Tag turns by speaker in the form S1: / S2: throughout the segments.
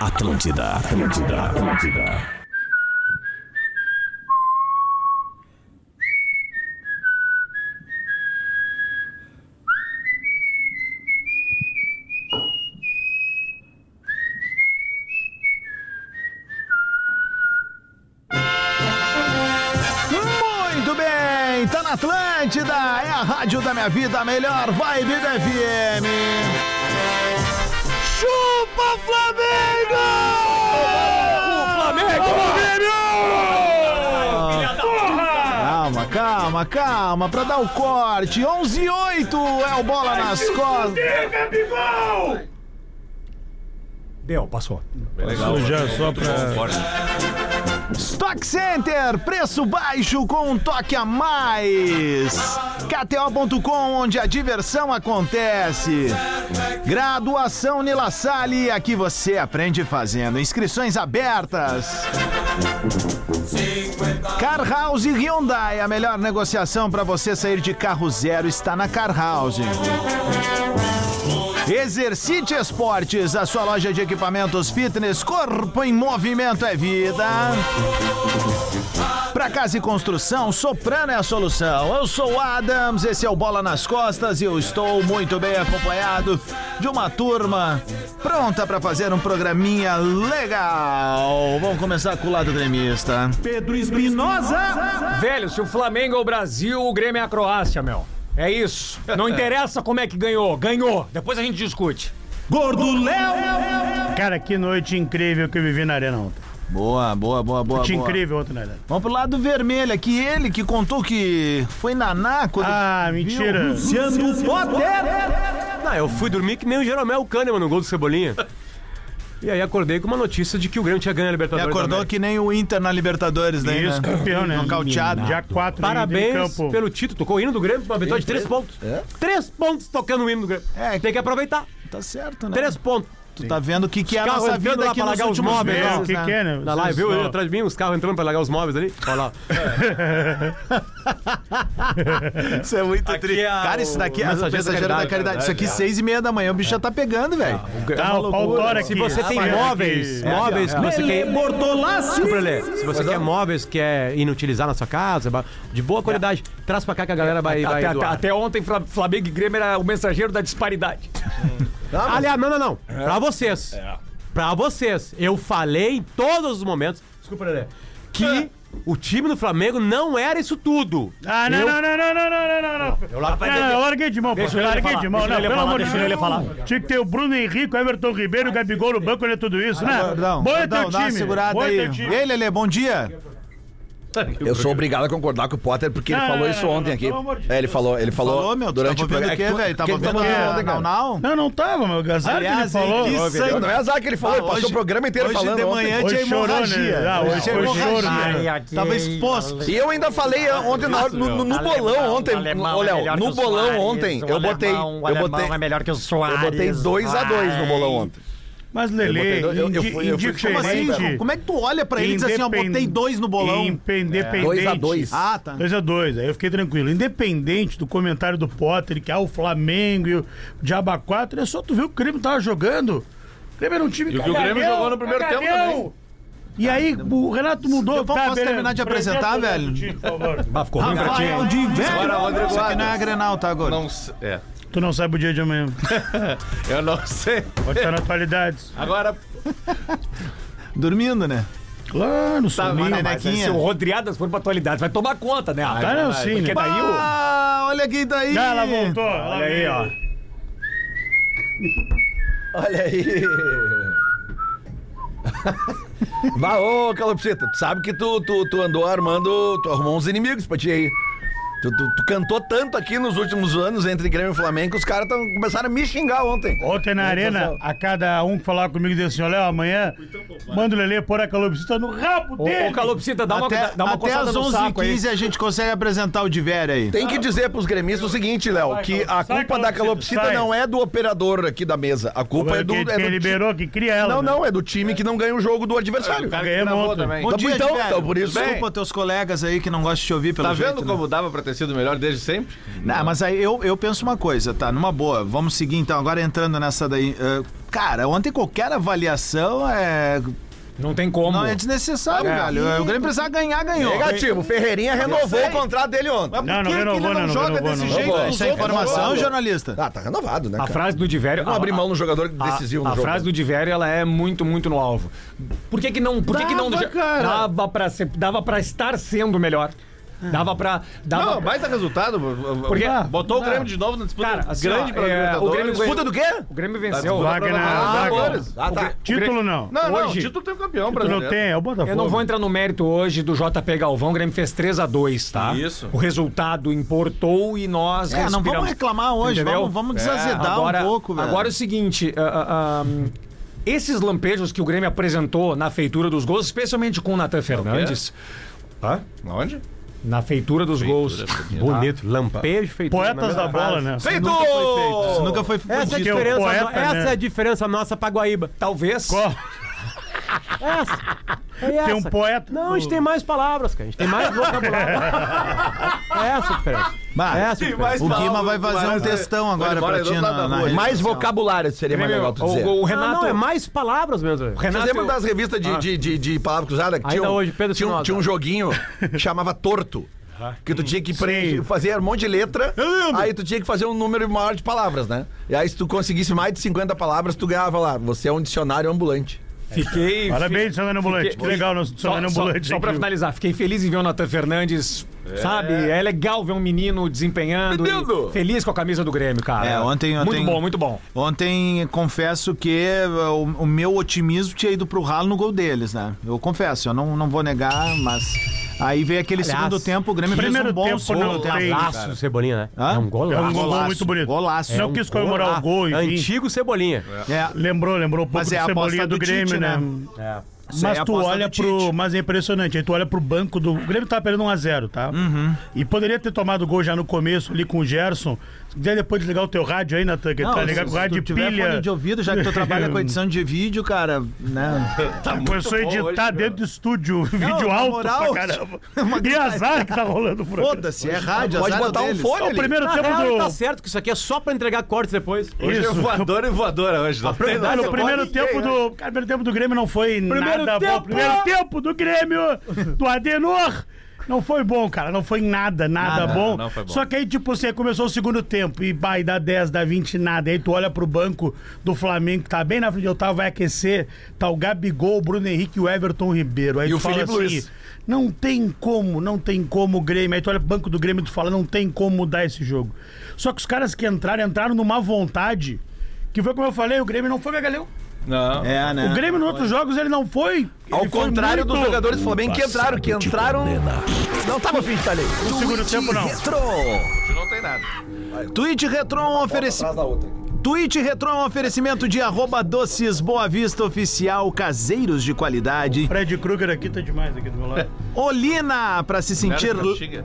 S1: Atlântida, Atlântida, Atlântida.
S2: Muito bem, tá na Atlântida, é a rádio da minha vida, a melhor vibe da FM.
S3: Chupa Flamengo! O Flamengo!
S2: Calma, calma, calma, pra dar o corte, 11 e 8 é o bola nas costas.
S4: Deu, passou.
S5: Legal.
S6: Já só pra.
S2: Stock Center, preço baixo com um toque a mais. KTO.com, onde a diversão acontece. Graduação Nila Sale, aqui você aprende fazendo. Inscrições abertas. Car House e Hyundai, a melhor negociação para você sair de carro zero está na Car House. Exercite Esportes, a sua loja de equipamentos fitness, corpo em movimento é vida. Para casa e construção, Soprano é a solução. Eu sou o Adams, esse é o Bola nas Costas e eu estou muito bem acompanhado de uma turma pronta para fazer um programinha legal. Vamos começar com o lado gremista.
S4: Pedro Espinosa!
S3: Velho, se o Flamengo é o Brasil, o Grêmio é a Croácia, meu. É isso. Não interessa como é que ganhou. Ganhou. Depois a gente discute.
S4: Gordo Léo!
S6: Cara, que noite incrível que eu vivi na arena ontem.
S7: Tá
S2: Boa, boa, boa, boa.
S6: Noite
S2: boa.
S6: incrível ontem na arena.
S2: Vamos pro lado vermelho aqui, ele que contou que foi naná quando
S6: Ah, mentira.
S4: Luciano Potter!
S5: Ah, eu fui dormir que nem o Jeromel Kahneman no gol do Cebolinha. E aí acordei com uma notícia de que o Grêmio tinha ganho a
S2: E
S5: Libertadores. da
S2: acordou
S5: América.
S2: que nem o Inter na Libertadores, né?
S6: Isso,
S2: né?
S6: campeão, né?
S2: Nocauteado.
S6: Dia 4
S5: Parabéns
S6: campo.
S5: pelo título. Tocou o hino do Grêmio, uma vitória de três pontos. Três pontos tocando o hino do Grêmio.
S2: É,
S5: Tem que aproveitar.
S2: Tá certo, né?
S5: Três pontos.
S2: Tu tá vendo o que, que é a
S5: Carro
S2: nossa
S5: entrando
S2: vida
S5: lá
S2: aqui
S5: pra
S2: nos
S5: largar os
S2: últimos
S5: móveis,
S6: É,
S2: meses,
S6: o que
S2: né?
S6: que é, né?
S5: Na live, eu
S6: Não.
S5: eu atrás de mim, os carros entrando pra largar os móveis ali. Olha lá.
S2: Isso é muito
S5: Aqui
S2: triste.
S5: é a-
S2: Cara, isso daqui é
S5: o
S2: a
S5: mensageiro da
S2: mensageira da
S5: caridade,
S2: caridade. Isso aqui,
S5: é.
S2: seis e meia da manhã, o bicho já tá pegando, velho.
S6: Tá, o pau tora aqui.
S5: Se você tem
S6: Rapaz,
S5: móveis,
S6: aqui.
S5: móveis que você quer...
S4: Bortolassi!
S5: Desculpa, Lelê. Se você quer móveis que é inutilizar na sua casa, ba- de boa qualidade, traz pra cá que a galera vai. vai
S3: Até, até-
S5: doar.
S3: até ontem, Fla- Flamengo e Grêmio era o mensageiro da disparidade.
S5: Aliás, não, não, não. Pra vocês. Pra vocês. Eu falei em todos os momentos. Desculpa, Lelê. Que o time do Flamengo não era isso tudo.
S6: Ah, não,
S5: Eu-
S6: não, não, não, não, não, não, não, não. Eu, eu larguei de mão, pô. Eu larguei de mão. Não, pelo amor de Deus. Tinha que ter o Bruno Henrique, o Everton Ribeiro, o Gabigol no banco, olha tudo isso, né?
S2: Perdão,
S6: Bom é
S2: perdão,
S6: teu
S2: dá uma
S6: time.
S2: segurada
S6: Bom é
S2: aí.
S6: teu time.
S2: Ei, Lelê, bom dia.
S7: Eu sou obrigado a concordar com o Potter porque
S6: Não,
S7: ele falou
S6: não,
S7: isso
S6: não,
S7: ontem
S6: não,
S7: aqui.
S6: pelo amor de
S7: É, ele falou, ele falou
S2: Falou, meu, tu
S7: durante
S2: tava
S7: o
S2: vendo o
S7: programa.
S2: quê,
S7: É que tu-
S2: velho? Tava
S7: que ele
S2: vendo
S7: falou-
S2: a onda,
S7: Não,
S2: não, não?
S6: Não, não tava, meu. O Gazardo ele
S2: Aliás, hein,
S6: falou.
S2: que sangue.
S7: Não é azar que ele falou, ele
S2: Ah,
S7: passou o programa inteiro
S2: hoje
S7: falando.
S2: de
S7: ontem.
S2: manhã
S6: Hoje
S2: tinha
S6: chorou, né?
S2: hemorragia.
S6: Ah, hoje
S2: tinha
S6: foi
S2: hemorragia.
S6: choro, né?
S2: Tava exposto.
S7: E eu ainda falei ah, ontem na hora, no, no- no
S5: um
S7: bolão
S3: é
S7: ontem,
S5: é
S7: olha, no bolão ontem, eu botei, eu botei,
S3: é melhor que o
S7: eu
S3: Soares.
S7: botei 2 a 2 no bolão ontem.
S6: Mas, Lelê,
S7: Eu botei dois- eu- eu
S6: indi-
S7: fui- eu fui-
S2: Como assim?
S6: indiferente.
S2: Como é que tu olha pra ele e diz assim, ó, botei dois no bolão?
S6: Independente.
S7: 2 É. a 2.
S2: Ah, tá.
S6: 2x2, aí eu fiquei tranquilo. Independente do comentário do Potter, que ah, o Flamengo e o Diaba 4, é só tu ver o Grêmio tava jogando. O Grêmio era um time que
S8: o Grêmio jogou no primeiro tempo também.
S6: E aí, o Renato mudou. Tá,
S2: Eu posso terminar de
S6: beleza.
S2: apresentar,
S6: Apresenta o
S2: velho?
S6: resto do time, por favor.
S5: ficou ruim pra ti.
S2: Rafael de
S8: Agora,
S2: velho.
S8: Rodrigo
S2: Isso aqui não é a
S8: Adams.
S2: Grenal, tá, agora?
S8: Não sei. É,
S6: tu não sabe o dia de amanhã.
S8: eu não sei.
S6: Pode estar na atualidades.
S8: Agora,
S2: Dormindo, né?
S6: Claro,
S2: Uma
S6: sumiu.
S2: nenequinha.
S3: Se o Rodriadas for pra atualidade, vai tomar conta, né?
S6: Tá, não, sim, né?
S3: Porque daí o...
S2: Ah, olha quem tá aí.
S6: Já ela voltou. Ela
S3: Olha aí,
S6: veio.
S3: ó.
S7: Olha aí. Vá, ô, Calopsita, tu sabe que tu, tu, tu andou armando, tu arrumou uns inimigos pra ti aí. Tu, tu- tu cantou tanto aqui nos últimos anos entre Grêmio e Flamengo que os caras tão- começaram a me xingar ontem.
S6: Ontem na arena, a cada um que falava comigo dizia assim: olha, amanhã manda o Lelê pôr a calopsita no rabo
S3: Ô,
S6: dele.
S3: ô, Calopsita, dá uma,
S2: Até,
S3: dá uma
S2: até
S3: coçada
S2: às
S3: no
S2: 11h15
S3: saco aí.
S2: a gente consegue apresentar o Diver aí.
S7: Tem que dizer pros gremistas o seguinte, Léo, que a
S6: Sai,
S7: culpa da
S6: Calopsita,
S7: calopsita
S6: sai.
S7: não é do operador aqui da mesa. A culpa é do.
S6: Quem,
S7: é
S6: quem
S7: do ti-
S6: liberou, que cria ela.
S7: Não,
S6: né? É,
S7: não, é do time que não ganha o jogo do adversário.
S6: Ganhamos ontem.
S2: Bom
S7: Então,
S2: dia,
S7: então,
S2: Diver.
S7: então, por isso-
S2: Desculpa teus colegas aí que não gostam de te ouvir pelo
S8: tá
S2: jeito,
S8: vendo
S2: né?
S8: como dava pra ter ter sido melhor desde sempre?
S2: Não, mas aí eu, eu penso uma coisa, tá? Numa boa, vamos seguir então, agora entrando nessa daí. eh, cara, ontem qualquer avaliação é.
S3: Não tem como.
S2: Não é desnecessário, velho. O Grêmio precisava ganhar, ganhou.
S7: Negativo, Ferreirinha renovou
S2: sei.
S7: o contrato dele ontem.
S6: Não, não renovou, não, não
S2: joga
S6: renovou,
S2: desse
S6: não.
S2: jeito.
S7: renovou.
S2: Isso é informação,
S7: Renovou.
S2: jornalista.
S7: Ah, tá renovado, né?
S3: A
S7: cara?
S3: frase do Divério.
S7: Não
S3: a-
S7: abrir mão no jogador
S3: a-
S7: decisivo no
S3: a
S7: jogo.
S3: frase do Divério, ela é muito, muito no alvo. Por que que não... Por que que não...
S6: Dava, cara.
S3: Dava pra, ser- dava pra estar sendo melhor. Dava pra... Dava
S8: Não,
S3: pra-
S8: baita resultado.
S3: Porque-
S8: botou o Grêmio de novo na disputa
S3: Cara, assim,
S8: grande
S3: ó,
S8: pra
S3: é, o Grêmio ganhou-
S7: Disputa do quê?
S3: O Grêmio venceu.
S6: Wagner,
S7: né?
S6: Wagner.
S8: Libertadores.
S7: Ah, tá.
S6: Título não.
S8: Não, não,
S3: Hoje-
S8: o título tem um campeão
S6: Tu
S8: brasileiro.
S6: não tem, é o Botafogo.
S3: Eu não vou entrar no mérito hoje do JP Galvão, o Grêmio fez 3x2, tá?
S8: Isso.
S3: O resultado importou e nós
S2: É, não vamos
S3: respiramos.
S2: reclamar hoje,
S3: Entendeu?
S2: vamos, vamos desazedar
S3: agora,
S2: um pouco, velho.
S3: Agora é o seguinte, ah, ah, ah, esses lampejos que o Grêmio apresentou na feitura dos gols, especialmente com o Natan Fernandes,
S8: Onde?
S3: na feitura dos gols.
S5: Bonito, lampejo feito.
S6: Poetas da bola, né?
S8: Feito!
S2: Isso nunca foi
S5: Essa é a
S6: Porque o
S5: diferença,
S6: poeta,
S5: no- essa
S6: né?
S5: é a diferença nossa pra Guaíba.
S3: Talvez.
S6: Qual?
S5: Essa. É essa.
S6: Tem um poeta.
S5: Não, a gente tem mais palavras, cara. A gente tem mais vocabulário. é essa a diferença.
S2: Bah,
S5: é essa a diferença.
S2: O Guima vai fazer um
S8: é
S2: textão agora
S8: mora
S2: pra ti
S8: do outro lado
S2: na,
S8: da
S2: na
S8: rua.
S2: rede
S7: Mais
S2: social.
S7: vocabulário seria mais legal
S3: o,
S7: tu
S2: Ah,
S7: dizer.
S3: o
S5: Renato,
S3: Renato
S5: não, é mais palavras mesmo.
S7: Vocês lembram
S3: Renato,
S7: das revistas de, de, de, de palavra cruzada? Que
S5: Ainda hoje, Pedro
S7: tinha, um,
S5: Spinoza.
S7: tinha um joguinho que chamava Torto. Que tu tinha que preencher, fazer um monte de letra, aí tu tinha que fazer um número maior de palavras, né? E aí, se tu conseguisse mais de 50 palavras, tu ganhava lá. Você é um dicionário ambulante.
S3: fiquei.
S6: Parabéns, Dicionário Ambulante.
S3: Fiquei-
S6: Que legal, nosso Dicionário
S2: um
S3: só,
S6: Ambulante. um
S3: só pra
S6: aqui.
S3: finalizar, fiquei feliz em ver o Natan Fernandes, sabe? É legal ver um menino desempenhando. e
S7: Menino!
S3: Feliz com a camisa do Grêmio, cara.
S2: É, ontem- ontem-
S3: Muito bom, muito bom.
S2: Ontem, confesso que o, o meu otimismo tinha ido pro ralo no gol deles, né? Eu confesso, eu não, não vou negar, mas. Aí veio aquele
S5: Aliás,
S2: segundo tempo, o Grêmio fez um
S6: primeiro
S2: bom Tá,
S6: tempo não
S2: segundo
S6: tem.
S2: tempo.
S5: Golaço do Cebolinha, né?
S2: Hã?
S5: É um
S6: É
S5: golaço. Ah,
S6: um gol muito bonito.
S2: Golaço.
S6: Não quis comemorar o gol, enfim.
S5: Antigo Cebolinha.
S2: É.
S6: Lembrou, lembrou um pouco
S2: Mas é a
S6: do Cebolinha
S2: aposta do
S6: do, Grêmio,
S2: Tite,
S6: né?
S2: né? Isso aí
S6: Mas
S2: é a
S6: tu
S2: aposta
S6: olha
S2: do Tite.
S6: pro. Mas é impressionante, aí tu olha pro banco do. O Grêmio tá perdendo 1x0, tá?
S2: Uhum.
S6: E poderia ter tomado gol já no começo ali com o Gerson. Se quiser depois desligar o teu rádio aí, Natan, que tá
S2: Não,
S6: ligado com o
S2: se
S6: rádio
S2: tu
S6: de
S2: tiver
S6: pilha.
S2: fone de ouvido, já que tu trabalha com edição de vídeo, cara, né?
S6: Tá, Começou a editar dentro do estúdio, vídeo
S2: na
S6: alto
S2: moral,
S6: pra caramba. e azar que tá rolando por aí.
S2: Foda-se, é rádio,
S7: Pode
S2: azar
S7: botar um
S2: deles.
S7: fone
S6: É o
S7: ali.
S6: primeiro
S5: Na
S6: tempo
S5: real,
S6: do.
S5: tá certo que isso aqui é só pra entregar cortes depois.
S8: Hoje é
S6: Isso.
S8: voadora e voadora hoje. Não tem
S6: Cara,
S8: nada.
S6: o primeiro tempo do. Cara, o primeiro tempo do Grêmio não foi
S5: Primeiro
S6: nada bom.
S5: tempo!
S6: O Primeiro tempo do Grêmio, do Adenor. Não foi bom, cara. Não foi nada, nada, bom.
S8: não foi bom.
S6: Só que aí, tipo, você começou o segundo tempo e vai, dá 10, dá 20, nada. Aí tu olha pro banco do Flamengo, que tá bem na frente de Otávio, vai aquecer. Tá o Gabigol, o Bruno Henrique e o Everton Ribeiro. Aí
S7: E
S6: tu
S7: o
S6: fala
S7: Felipe
S6: assim,
S7: Luiz.
S6: Não tem como, não tem como o Grêmio. Aí tu olha pro banco do Grêmio e tu fala, não tem como mudar esse jogo. Só que os caras que entraram, entraram numa vontade. Que foi como eu falei, o Grêmio não foi gagalhão.
S8: Não.
S2: É, né?
S6: O Grêmio nos outros jogos ele não foi.
S7: Ao
S6: ele foi
S7: contrário
S6: muito-
S7: dos jogadores do Flamengo que entraram, que entraram. Não tava afim de estar ali.
S6: No segundo tempo, não.
S8: Não tem nada.
S2: Twitch Retro é um oferecimento.
S7: Atrás da outra.
S2: Twitch Retro é um oferecimento de arroba doces Boa Vista Oficial, caseiros de qualidade.
S6: Fred Krueger aqui tá demais aqui do meu lado.
S2: Olina, pra se sentir.
S5: tá
S8: Cara, castiga.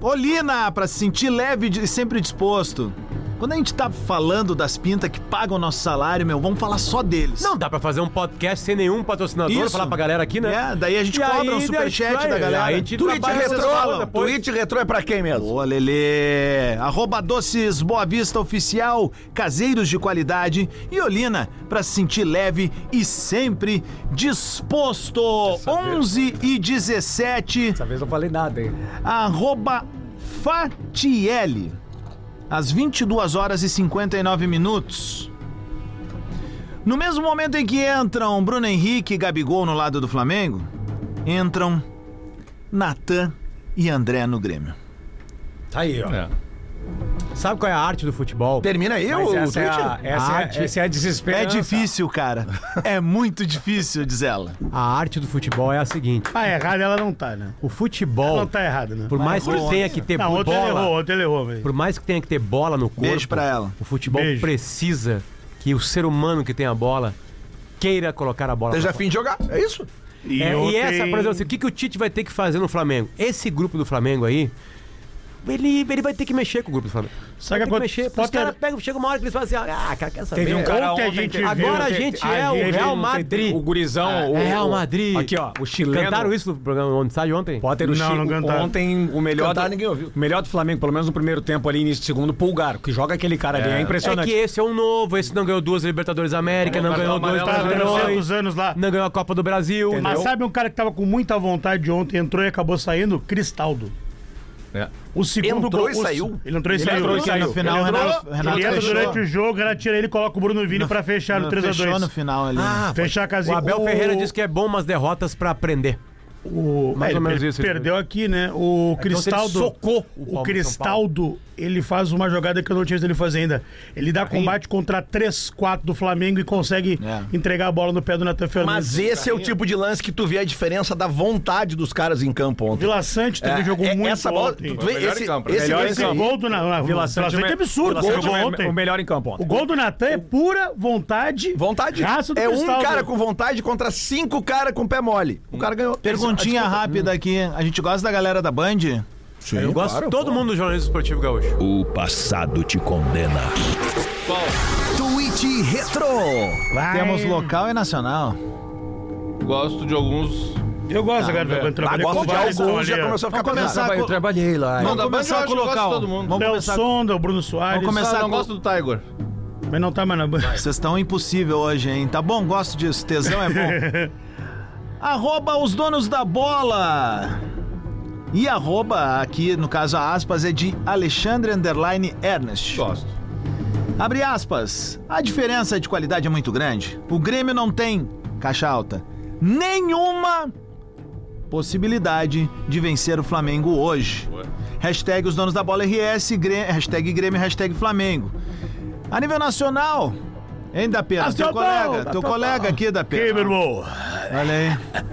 S2: Olina, pra se sentir leve e sempre disposto. Quando a gente tá falando das pintas que pagam nosso salário, meu, vamos falar só deles.
S5: Não dá pra fazer um podcast sem nenhum patrocinador,
S2: Isso.
S5: falar pra galera aqui, né?
S2: É, daí a gente cobra um
S5: daí
S2: superchat
S5: a gente-
S2: da galera.
S5: A gente
S2: Twitch
S5: trabalha
S2: Retro,
S5: essas coisas
S2: Alan,
S5: depois.
S7: Twitch retrô é pra quem mesmo?
S2: Boa, Lelê! Arroba Doces Boa Vista Oficial, caseiros de qualidade e Olina, pra se sentir leve e sempre disposto. 11 e 17,
S3: Dessa vez não falei nada, hein?
S2: arroba Fatiele, às 22 horas e 59 minutos. No mesmo momento em que entram Bruno Henrique e Gabigol no lado do Flamengo, entram Natan e André no Grêmio.
S3: Tá aí, ó.
S5: Sabe qual é a arte do futebol?
S7: Termina aí
S3: Mas
S7: o
S3: essa, é
S7: Twitch?
S3: a, essa, é,
S5: Arte.
S3: a- essa é a
S2: É
S3: desesperança.
S2: difícil, cara. É muito difícil, diz ela.
S5: A arte do futebol é a seguinte:
S6: Ah, errada ela não tá, né?
S5: o futebol,
S6: Não tá errada, né?
S5: por mais que tenha que ter
S6: Não, ontem ele errou,
S5: bola,
S6: ontem ele errou, velho.
S5: por mais que tenha que ter bola no corpo,
S2: Beijo pra ela.
S5: o futebol
S6: Beijo.
S5: precisa que o ser humano que tem a bola queira colocar a bola. pra
S7: Esteja afim de jogar. É isso.
S5: É,
S6: ontem-
S5: e assim, essa, por exemplo, assim, o que, que o Tite vai ter que fazer no Flamengo? Esse grupo do Flamengo aí ele, ele vai ter que mexer com o grupo do Flamengo.
S6: Sabe
S5: vai ter
S6: que
S5: que
S6: aconte-
S5: mexer. Os
S6: Potter-
S5: caras pegam, chega uma hora que eles falam assim, ah, cara, quer saber?
S3: Teve um cara
S6: Ontem a
S3: ontem
S6: gente
S3: que-
S6: viu-
S5: Agora a gente é o
S3: teve
S5: Real
S3: um-
S5: Madrid. É,
S3: O
S5: Então,
S3: gurizão, o
S5: Real
S3: o-
S5: Madrid.
S3: Aqui, ó, o chileno.
S5: Cantaram isso no programa onde sai ontem?
S3: Potter, o
S6: Não,
S3: Chico,
S6: não cantaram.
S3: ontem o melhor,
S7: Cantaram,
S3: do,
S7: ninguém ouviu.
S3: o melhor do Flamengo, pelo menos no primeiro tempo ali, início do segundo, Pulgar, que joga aquele cara ali, é
S5: É
S3: impressionante.
S5: que esse é um novo, esse não ganhou duas Libertadores da América, não ganhou dois
S6: Tá há
S5: Brasileiros,
S6: 300 anos lá.
S5: não ganhou a Copa do Brasil.
S6: Mas sabe um cara que tava com muita vontade ontem, entrou e acabou saindo? Cristaldo.
S8: É.
S6: O segundo
S7: Entrou
S6: gol-
S7: e
S6: o-
S7: saiu?
S6: Ele entrou e
S3: Ele
S6: saiu.
S3: entrou e
S2: Porque no
S3: saiu.
S2: final o
S6: Ele entrou,
S2: Renato, Renato
S6: ele entra
S2: fechou.
S6: durante o jogo, ela tira ele, coloca o Bruno Vini pra fechar no
S2: Fechou no
S6: 3x2.
S2: final ali. né?
S8: Ah,
S6: Fechar a
S5: O
S6: casinha.
S5: Abel Ferreira disse que é bom umas derrotas pra aprender.
S6: o,
S5: mais
S6: é,
S5: ou
S6: ele
S5: menos
S6: per-
S5: isso, ele
S6: Perdeu aqui, né? O Cristaldo.
S5: ele socou o
S6: o,
S5: Palmeiras,
S6: Cristaldo, ele faz uma jogada que eu não tinha visto ele fazer ainda. Ele dá combate contra 3, 4 do Flamengo e consegue
S2: É.
S6: entregar a bola no pé do Natan Fernandes.
S7: Mas esse é o tipo de lance que tu vê a diferença da vontade dos caras em campo ontem.
S6: Vila Sante também
S7: É,
S6: jogou
S7: é-
S6: um muito
S7: essa bola,
S6: ontem.
S7: tu vê,
S8: Foi o melhor
S7: esse,
S8: em campo, né?
S7: esse,
S8: Melhor em
S7: esse-
S6: Esse gol do Natan. Vila Sante é absurdo.
S3: Vila
S6: gol
S3: Sante
S6: do
S3: é o-
S6: ontem.
S3: o melhor em campo ontem.
S6: O gol do Natan é pura vontade.
S7: Vontade.
S6: Raça do
S7: É um
S6: Cristaldo.
S7: cara com vontade contra cinco caras com pé mole. O cara ganhou.
S2: Perguntinha rápida aqui. A gente gosta da galera da Band?
S5: Eu gosto de todo mundo do jornalismo esportivo gaúcho.
S1: O passado te condena.
S7: Twitch Retro.
S6: Vai.
S2: Temos local e nacional.
S8: Gosto de alguns.
S6: Eu gosto, cara.
S8: velho.
S6: Eu
S7: Ah,
S6: trabalhei
S7: gosto
S6: com
S7: de
S6: vários
S7: algum,
S6: ali,
S7: já
S6: ó.
S7: começou a ficar
S2: Vamos
S7: pesado.
S2: começar com...
S8: trabalhei lá.
S2: Vamos
S8: da
S2: começar
S8: Band
S2: com
S8: eu
S2: o
S7: um.
S8: acho que eu
S2: local.
S8: gosto de todo mundo.
S2: Vamos
S6: Léo
S2: começar com...
S6: Sonda, o Bruno Soares.
S2: Vamos começar
S8: Só não
S2: com-
S8: gosto do Tiger.
S6: Mas não tá mais na banca.
S2: Vocês estão impossível hoje, hein? Tá bom, gosto disso. Tesão é bom. arroba os donos da bola. E arroba, aqui no caso a aspas, é de Alexandre Underline Ernest.
S8: Gosto.
S2: Abre aspas. A diferença de qualidade é muito grande. O Grêmio não tem, caixa alta, nenhuma possibilidade de vencer o Flamengo hoje. Hashtag os donos da bola RS, Grê- hashtag Grêmio, hashtag Flamengo. A nível nacional, hein, da pena, teu colega, teu colega aqui da
S6: Ei, meu
S2: pena.
S6: irmão.
S2: Olha aí.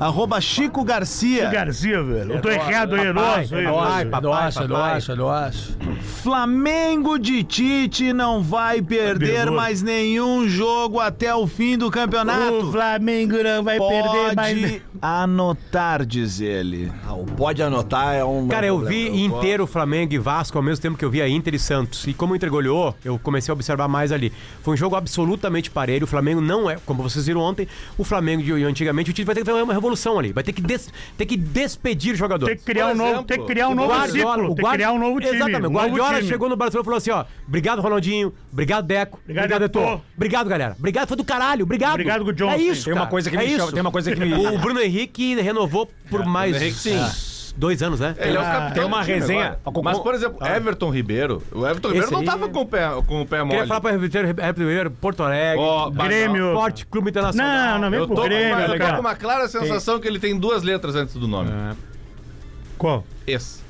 S2: Arroba Chico Garcia.
S6: Garcia, velho. Eu tô errado aí, é nosso. aí, velho.
S5: nossa, nossa,
S2: Flamengo de Tite não vai perder
S6: Perdoa.
S2: mais nenhum jogo até o fim do campeonato.
S6: O Flamengo não vai perder mais.
S2: Pode anotar, diz ele.
S7: Ah, o pode anotar é um.
S3: Tá
S5: Cara, eu vi
S7: problema.
S5: inteiro Flamengo e Vasco ao mesmo tempo que eu via Inter e Santos. E como o Inter goleou, eu comecei a observar mais ali. Foi um jogo absolutamente parelho. O Flamengo não é, como vocês viram ontem, o Flamengo de antigamente. O time vai ter que fazer uma revolução ali. Vai ter que, des- ter que despedir o jogador.
S6: Tem que criar um
S8: Por
S6: novo,
S8: exemplo,
S6: tem que criar um novo ciclo, tem que
S5: Guardi-
S6: criar um novo time.
S5: Exatamente. O
S6: um
S5: Guardiola
S6: novo time.
S5: chegou no Barcelona e falou assim: ó, obrigado, Ronaldinho. Obrigado, Deco.
S6: Obrigado,
S5: Eto'o.
S6: Eto'o.
S5: Obrigado, galera. Obrigado, foi do caralho. Obrigado.
S6: Obrigado, Gudjohnsen.
S5: É isso.
S3: Tem uma
S5: cara.
S3: coisa que
S5: é
S3: me chama-
S5: isso.
S3: tem uma coisa que me- É,
S5: O Bruno Henrique renovou por mais
S8: Henrique, sim.
S5: dois anos, né?
S8: Ele é o capitão.
S3: tem uma
S8: do time
S3: resenha.
S7: Ah,
S8: agora. Mas, por exemplo, Everton Ribeiro. O Everton
S5: Esse
S8: Ribeiro não
S5: aí-
S8: tava com o pé, com o pé
S5: Queria
S8: mole.
S5: falar para o Ribeiro, Porto Alegre,
S8: Ó, mas-
S6: Grêmio.
S5: Esporte Clube Internacional.
S6: Não, não,
S8: Eu
S6: vem
S8: tô,
S6: pro
S8: com-
S6: Grêmio,
S8: eu tô
S6: cara.
S8: com uma clara sensação que ele tem duas letras antes do nome.
S6: Qual?
S8: Esse.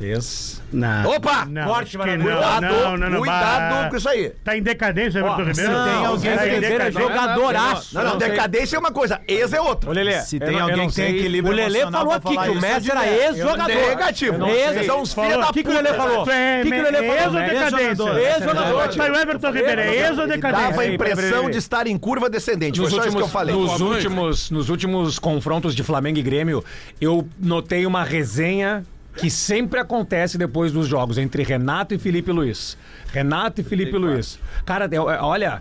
S8: Esse.
S6: Não.
S7: Opa!
S6: Não,
S5: Forte,
S6: acho que não,
S5: Maradona.
S6: não, não, não.
S7: Cuidado
S6: bah.
S7: com isso aí.
S6: Tá em decadência,
S5: Ó,
S6: Everton
S5: se
S6: Ribeiro?
S5: tem alguém
S6: Tá
S5: que
S6: em
S5: Ribeiro é
S6: decadência.
S5: jogadoraço.
S7: Não, não, decadência é uma coisa, ex é outra.
S3: Ô, Lelê,
S2: Se
S3: eu
S2: tem
S3: não- eu
S2: alguém
S3: não
S2: que tem
S3: sei.
S2: equilíbrio
S5: O Lelê
S2: emocional
S5: falou
S2: pra
S5: aqui
S2: falar
S5: que o
S2: isso,
S5: Messi era ex-jogador.
S7: Negativo.
S5: não sei.
S7: Vocês são uns filha
S6: Falou.
S7: da
S5: O que, que o Lelê falou? O
S6: Tu é
S5: que, que o Lelê
S6: ex
S5: falou?
S6: ou decadência?
S5: Ex-jogador.
S6: Tá aí o Everton Ribeiro, é ex ou
S7: Dava a
S6: decadência?
S7: impressão de estar em curva descendente. Foi
S3: Nos
S7: só isso que eu
S3: últimos,
S7: falei.
S3: nos, últimos, nos últimos confrontos de Flamengo e Grêmio, eu notei uma resenha que sempre acontece depois dos jogos entre Renato e Felipe Luiz. Renato e Felipe Luiz. Cara, eu- eu- olha,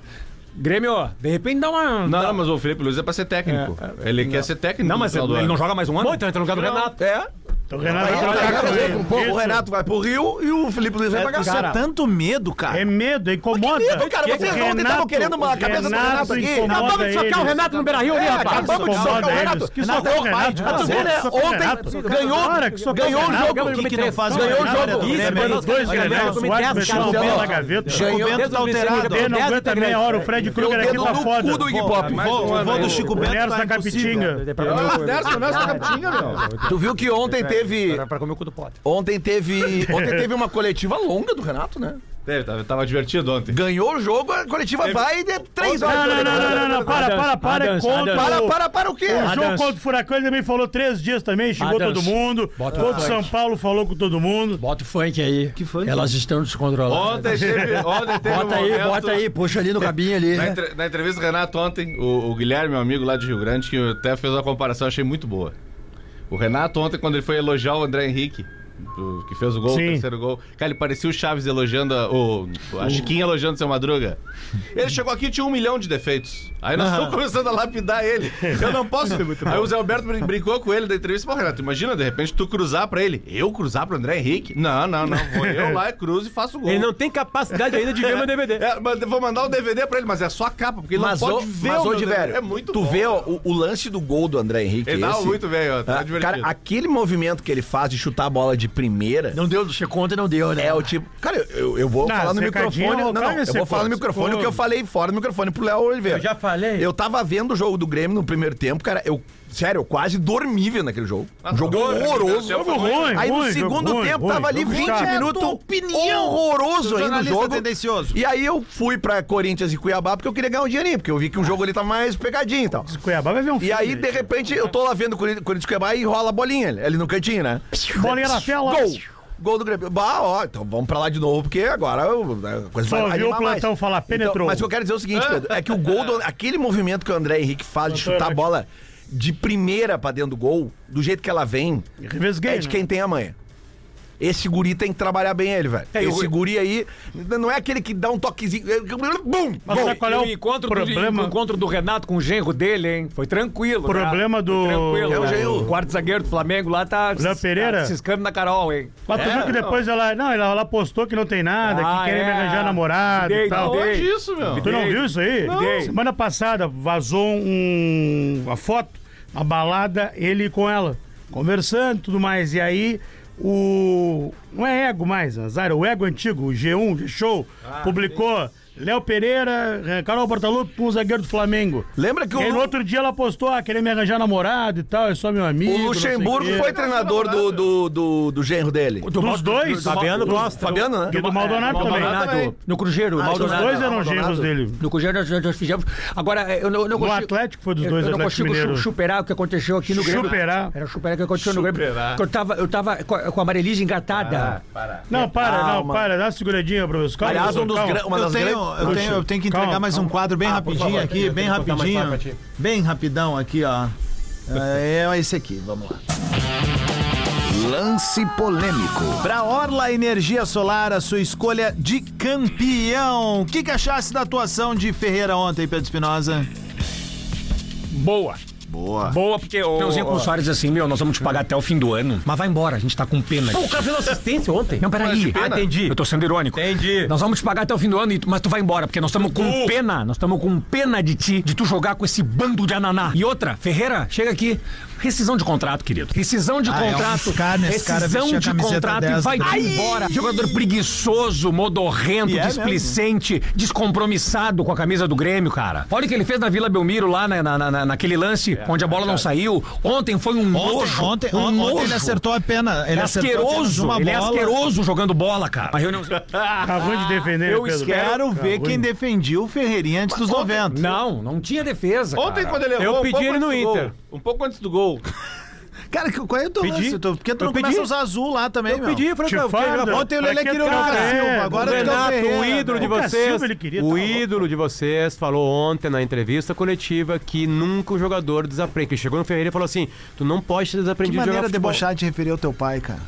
S3: Grêmio, de repente dá uma.
S8: Não,
S3: dá-
S8: não, mas o Felipe Luiz é pra ser técnico. ele quer ser técnico.
S3: Não,
S8: no
S3: mas
S8: final do
S3: ele
S8: ano.
S3: não joga mais um ano?
S5: Bom, então entra no lugar do Renato.
S7: É.
S6: O
S7: Aí,
S6: Renato
S7: tá ligado?
S6: vai
S7: Um pouco, o Renato vai pro Rio e o Felipe Luiz vai pra
S2: É, isso é
S7: Gaceta.
S2: tanto medo, cara.
S6: Tá, É medo, incomoda.
S7: Que medo, cara? Vocês
S6: O
S7: ontem
S6: Renato-
S7: estavam querendo uma
S6: o
S7: cabeça do Renato aqui.
S6: incomoda
S5: Acabamos de socar o
S6: eles.
S5: Renato no Beira-Rio ali,
S7: É,
S5: rapaz.
S7: acabamos de
S6: Incomoda
S7: socar o
S6: eles.
S7: Renato.
S6: Que
S7: Renato
S6: socar
S7: é
S6: o
S7: o pai.
S6: Renato,
S7: A turma,
S6: socar
S7: né,
S6: o Renato.
S7: Ontem
S6: Socar
S7: ganhou
S6: Para, que socar
S7: ganhou
S6: o
S7: o
S6: Renato.
S7: jogo.
S2: que não faz
S7: Ganhou o
S2: Olha,
S7: jogo.
S2: olha,
S5: Isso,
S2: olha,
S5: mas nós-
S6: Dois
S5: olha,
S6: Grenais,
S5: nós-
S6: o Atlético
S5: cara,
S6: mexeu o
S5: cara,
S6: pé na
S5: cara,
S6: gaveta.
S5: cara,
S2: Ganhou.
S5: cara,
S2: Tá alterado.
S6: Ele não
S5: cara,
S6: aguenta
S5: cara,
S6: meia hora, o
S5: cara,
S6: Fred
S7: Deu
S6: Krueger
S7: o
S6: aqui
S7: dedo
S6: tá
S7: no
S6: foda.
S7: cu do Iggy Pop.
S2: Vou,
S8: um
S2: vou
S8: ano
S2: do
S8: aí.
S2: Chico
S6: O
S2: Bento
S6: Nelson
S2: tá
S6: da
S2: impossível.
S6: Capitinga.
S8: Ah, Dersa,
S7: né?
S8: o Nelson tá capitinha, meu.
S7: Tu viu que
S8: É,
S7: ontem teve...
S3: Pra comer o cu do pote.
S7: Ontem teve, ontem teve uma coletiva longa do Renato, né?
S8: Teve, tava, tava divertido ontem.
S7: Ganhou o jogo, a coletiva vai de três
S6: Não,
S7: horas.
S6: não, não, não, não, não, para, para, para, é
S3: Adams,
S6: contra.
S3: Adams.
S7: Para,
S6: o-
S7: para, para o quê?
S6: O jogo contra o Furacão, ele também falou três dias também, xingou
S9: Adams.
S6: todo mundo.
S9: Bota
S6: Contra o
S9: o
S6: São Paulo, falou com todo mundo.
S9: Bota o funk aí.
S2: Que funk?
S9: Elas estão descontroladas.
S8: Ontem teve, ontem teve
S9: Bota
S8: um
S9: aí,
S8: momento-
S9: bota aí, puxa ali no cabinho ali.
S5: Né?
S8: Na, entre- na entrevista do Renato ontem, o, o Guilherme, meu amigo lá de Rio Grande, que até fez uma comparação, achei muito boa. O Renato ontem, quando ele foi elogiar o André Henrique, o que fez o gol,
S6: Sim.
S8: o terceiro gol. Cara, ele parecia o Chaves elogiando, a, o, a Chiquinha elogiando o seu Madruga. Ele chegou aqui e tinha um milhão de defeitos. Aí nós estamos começando a lapidar ele. Eu não posso. Aí o Zé Alberto brin- brincou com ele da entrevista. Pô, Renato, imagina, de repente, tu cruzar pra ele. Eu cruzar pro André Henrique? Não, não, não. Vou eu lá, cruzo e faço o gol.
S5: Ele não tem capacidade ainda de ver meu DVD.
S8: É, mas eu vou mandar o DVD pra ele, mas é só a capa, porque ele
S7: Mas,
S8: não
S7: ô,
S8: pode ver
S7: mas
S8: o
S7: hoje,
S8: meu DVD.
S7: velho,
S8: É muito
S7: tu
S8: bom.
S7: vê ó, o, o lance do gol do André Henrique.
S8: Ele dá
S7: esse,
S8: muito bem, ó. Tá
S7: ah,
S8: divertido.
S7: cara, aquele movimento que ele faz de chutar a bola de primeira
S9: Não deu, você conta e não deu, né?
S7: é o tipo. Cara, eu, eu vou
S6: Não,
S7: falar no
S6: secadinho
S7: microfone.
S6: não
S7: Não, não,
S6: vai
S7: eu
S6: ser,
S7: vou falar no
S6: pô,
S7: microfone o
S6: pô.
S7: que eu falei fora do microfone pro Léo Oliveira.
S9: Eu já falei.
S7: Eu tava vendo o jogo do Grêmio no primeiro tempo, cara. Eu, sério, eu quase dormi vendo aquele jogo.
S8: Ah,
S7: Um jogo horroroso.
S8: Jogo
S6: ruim,
S7: Aí no
S6: ruim, jogo
S7: segundo
S6: ruim,
S7: tempo
S6: ruim,
S7: tava ali
S6: jogo
S7: 20
S6: chato.
S7: minutos.
S2: É a tua opinião
S7: horroroso
S2: do
S7: ainda o
S2: jornalista
S7: jogo.
S2: tendencioso.
S7: E aí eu fui pra Corinthians e Cuiabá porque eu queria ganhar um dinheirinho, porque eu vi que o jogo ali tava mais pegadinho e tal.
S6: Cuiabá vai ver um
S7: E
S6: filme.
S7: aí, de repente, eu tô lá vendo o Corinthians Corinthians e Cuiabá e rola a bolinha ali- ali no cantinho, né?
S6: Bolinha na tela.
S7: Gol! Gol do Grêmio. Bah, ó, então vamos pra lá de novo, porque agora eu- né, a coisa
S6: Só
S7: vai
S6: ouviu o
S7: animar mais.
S6: plantão falar, penetrou.
S7: mas o que eu quero dizer é o seguinte, Pedro, é que o gol, do- aquele movimento que o André Henrique faz de
S6: né?
S7: chutar a bola de primeira pra dentro do gol, do jeito que ela vem,
S6: Revesguei,
S7: é de
S6: né?
S7: quem tem a manha. Esse guri tem que trabalhar bem ele, velho.
S3: É, e o
S7: Esse
S3: Rui-
S7: guri aí n- não é aquele que dá um toquezinho. é, Bum!
S6: Mas
S7: gol.
S6: sabe qual é
S3: E
S6: o
S3: tá encontro
S6: problema?
S3: Do, o encontro do Renato com o genro dele, hein? Foi tranquilo. cara.
S6: Problema do-
S3: Foi tá Tranquilo.
S6: É o
S3: cara.
S7: genro.
S3: O quarto zagueiro do Flamengo lá tá.
S6: Léo Pereira?
S3: Tá ciscando na Carol, hein?
S6: Mas tu viu que depois ela, não, ela, ela postou que não tem nada,
S3: É. Ah,
S6: que querem
S3: é.
S6: me arranjar namorado
S3: Dei,
S6: e tal.
S3: dei.
S8: Onde isso, meu?
S6: Tu não
S3: Dei.
S6: viu isso aí?
S3: Dei.
S6: Semana passada vazou um, uma foto, uma balada, ele com ela, conversando e tudo mais. E aí, o. Não é ego mais, Azar, o ego antigo, o G1, G-Show,
S3: Ah,
S6: publicou Léo Pereira, eh, Carol Bortalupe com o zagueiro do Flamengo.
S7: Lembra que
S6: E aí, no
S7: o,
S6: outro dia ela postou, ah, querer me arranjar namorado e tal, é só meu amigo.
S7: o
S6: não sei
S7: Luxemburgo
S6: o quê.
S7: foi treinador do, do, do, do genro dele?
S6: Tá Dos dois,
S5: Fabiano Costa.
S7: Fabiano, né?
S6: e do Maldonado também.
S3: No Cruzeiro, o
S6: Os
S3: Maldonado.
S6: dois eram genros dele.
S3: No Cruzeiro nós, nós fizemos. Agora, eh, eu não, eu não
S6: No Atlético foi dos
S3: eu-
S6: dois,
S3: Eu não
S6: Atlético
S3: consigo
S6: Mineiro.
S3: chu- superar o que aconteceu aqui no Grêmio.
S6: Superar.
S3: Era superar o que aconteceu no Grêmio.
S8: Superar.
S3: Porque Eu tava, eu tava com a, com a Marelis engatada.
S6: Não, para, não,
S7: É, Calma.
S6: para, dá uma seguradinha, professor. Calma,
S7: Aliás, um dos
S6: calma.
S7: gran- uma
S2: Eu
S7: das
S2: tenho,
S7: grandes-
S2: eu, tenho, eu tenho que entregar
S6: Calma, Ah,
S2: mais um quadro bem rapidinho aqui, bem rapidinho. Bem rapidão aqui, ó. É é esse aqui, vamos lá.
S1: Lance polêmico.
S2: Pra Orla Energia Solar, a sua escolha de campeão. O que, que achasse da atuação de Ferreira ontem, Pedro Espinosa?
S3: Boa. Boa. Boa, porque o.
S10: Leãozinho com o Soares assim, meu, nós vamos te pagar até o fim do ano. Mas vai embora, a gente tá com pena.
S5: O cara fez uma assistência ontem.
S10: Não, peraí.
S5: Ah, entendi.
S10: Eu tô sendo irônico.
S5: Entendi.
S10: Nós vamos te pagar até o fim do ano, e tu- mas tu vai embora, porque nós estamos com pena. Nós estamos com pena de ti, de tu jogar com esse bando de ananá. E outra, Ferreira, chega aqui. Rescisão de contrato, querido. Rescisão de
S2: Ah, é um
S10: contrato.
S2: cara nesse cara
S10: rescisão
S2: vestir a
S10: de
S2: camiseta
S10: contrato e
S2: 10
S10: vai
S2: do Grêmio.
S10: embora. Jogador preguiçoso, modorrento,
S2: E é
S10: displicente, descompromissado com a camisa do Grêmio, cara. Olha o que ele fez na Vila Belmiro lá na, na- na- naquele lance onde a bola não saiu. Ontem foi um nojo.
S2: ontem,
S10: um
S2: ontem, ontem
S10: nojo.
S2: ele acertou a pena. Ele
S10: Ele é
S2: acertou apenas
S10: asqueroso,
S2: uma
S10: ele é
S2: bola.
S10: asqueroso jogando bola, cara. Uma reunião...
S6: Acabou de defender,
S3: eu
S6: Pedro.
S2: Quero ver
S6: Acabou
S2: quem
S6: de-
S2: defendia o Ferreirinha antes dos 90.
S10: Não, não tinha defesa.
S8: Ontem,
S10: cara.
S8: quando ele errou,
S5: Eu
S8: um
S5: pedi
S8: pouco
S5: ele no
S8: antes do
S5: Inter.
S8: gol, um pouco antes do gol.
S2: Cara, que- qual é o teu
S5: Pedi.
S2: lance? Tu- Por que tu
S5: Eu
S2: não começa
S5: pedi.
S2: a usar azul lá também, meu?
S5: Pedi, falei,
S6: Te
S5: pra-
S6: fala,
S5: pra-
S2: Ontem é o Lele
S6: pra que
S2: queria o Lucas
S6: cara,
S2: Silva,
S6: é,
S2: agora
S5: O
S2: tu quer
S5: Renato,
S2: Ferreira,
S5: o ídolo de
S2: velho.
S6: O Lucas
S5: vocês,
S6: Silva ele queria, tá
S5: o
S6: louco.
S5: ídolo de vocês falou ontem na entrevista coletiva que nunca o jogador desaprende. Que chegou no Ferreira e falou assim: tu não pode ser
S2: Que
S5: desaprendido de jogar
S2: maneira
S5: futebol.
S2: debochada de referir ao teu pai, cara.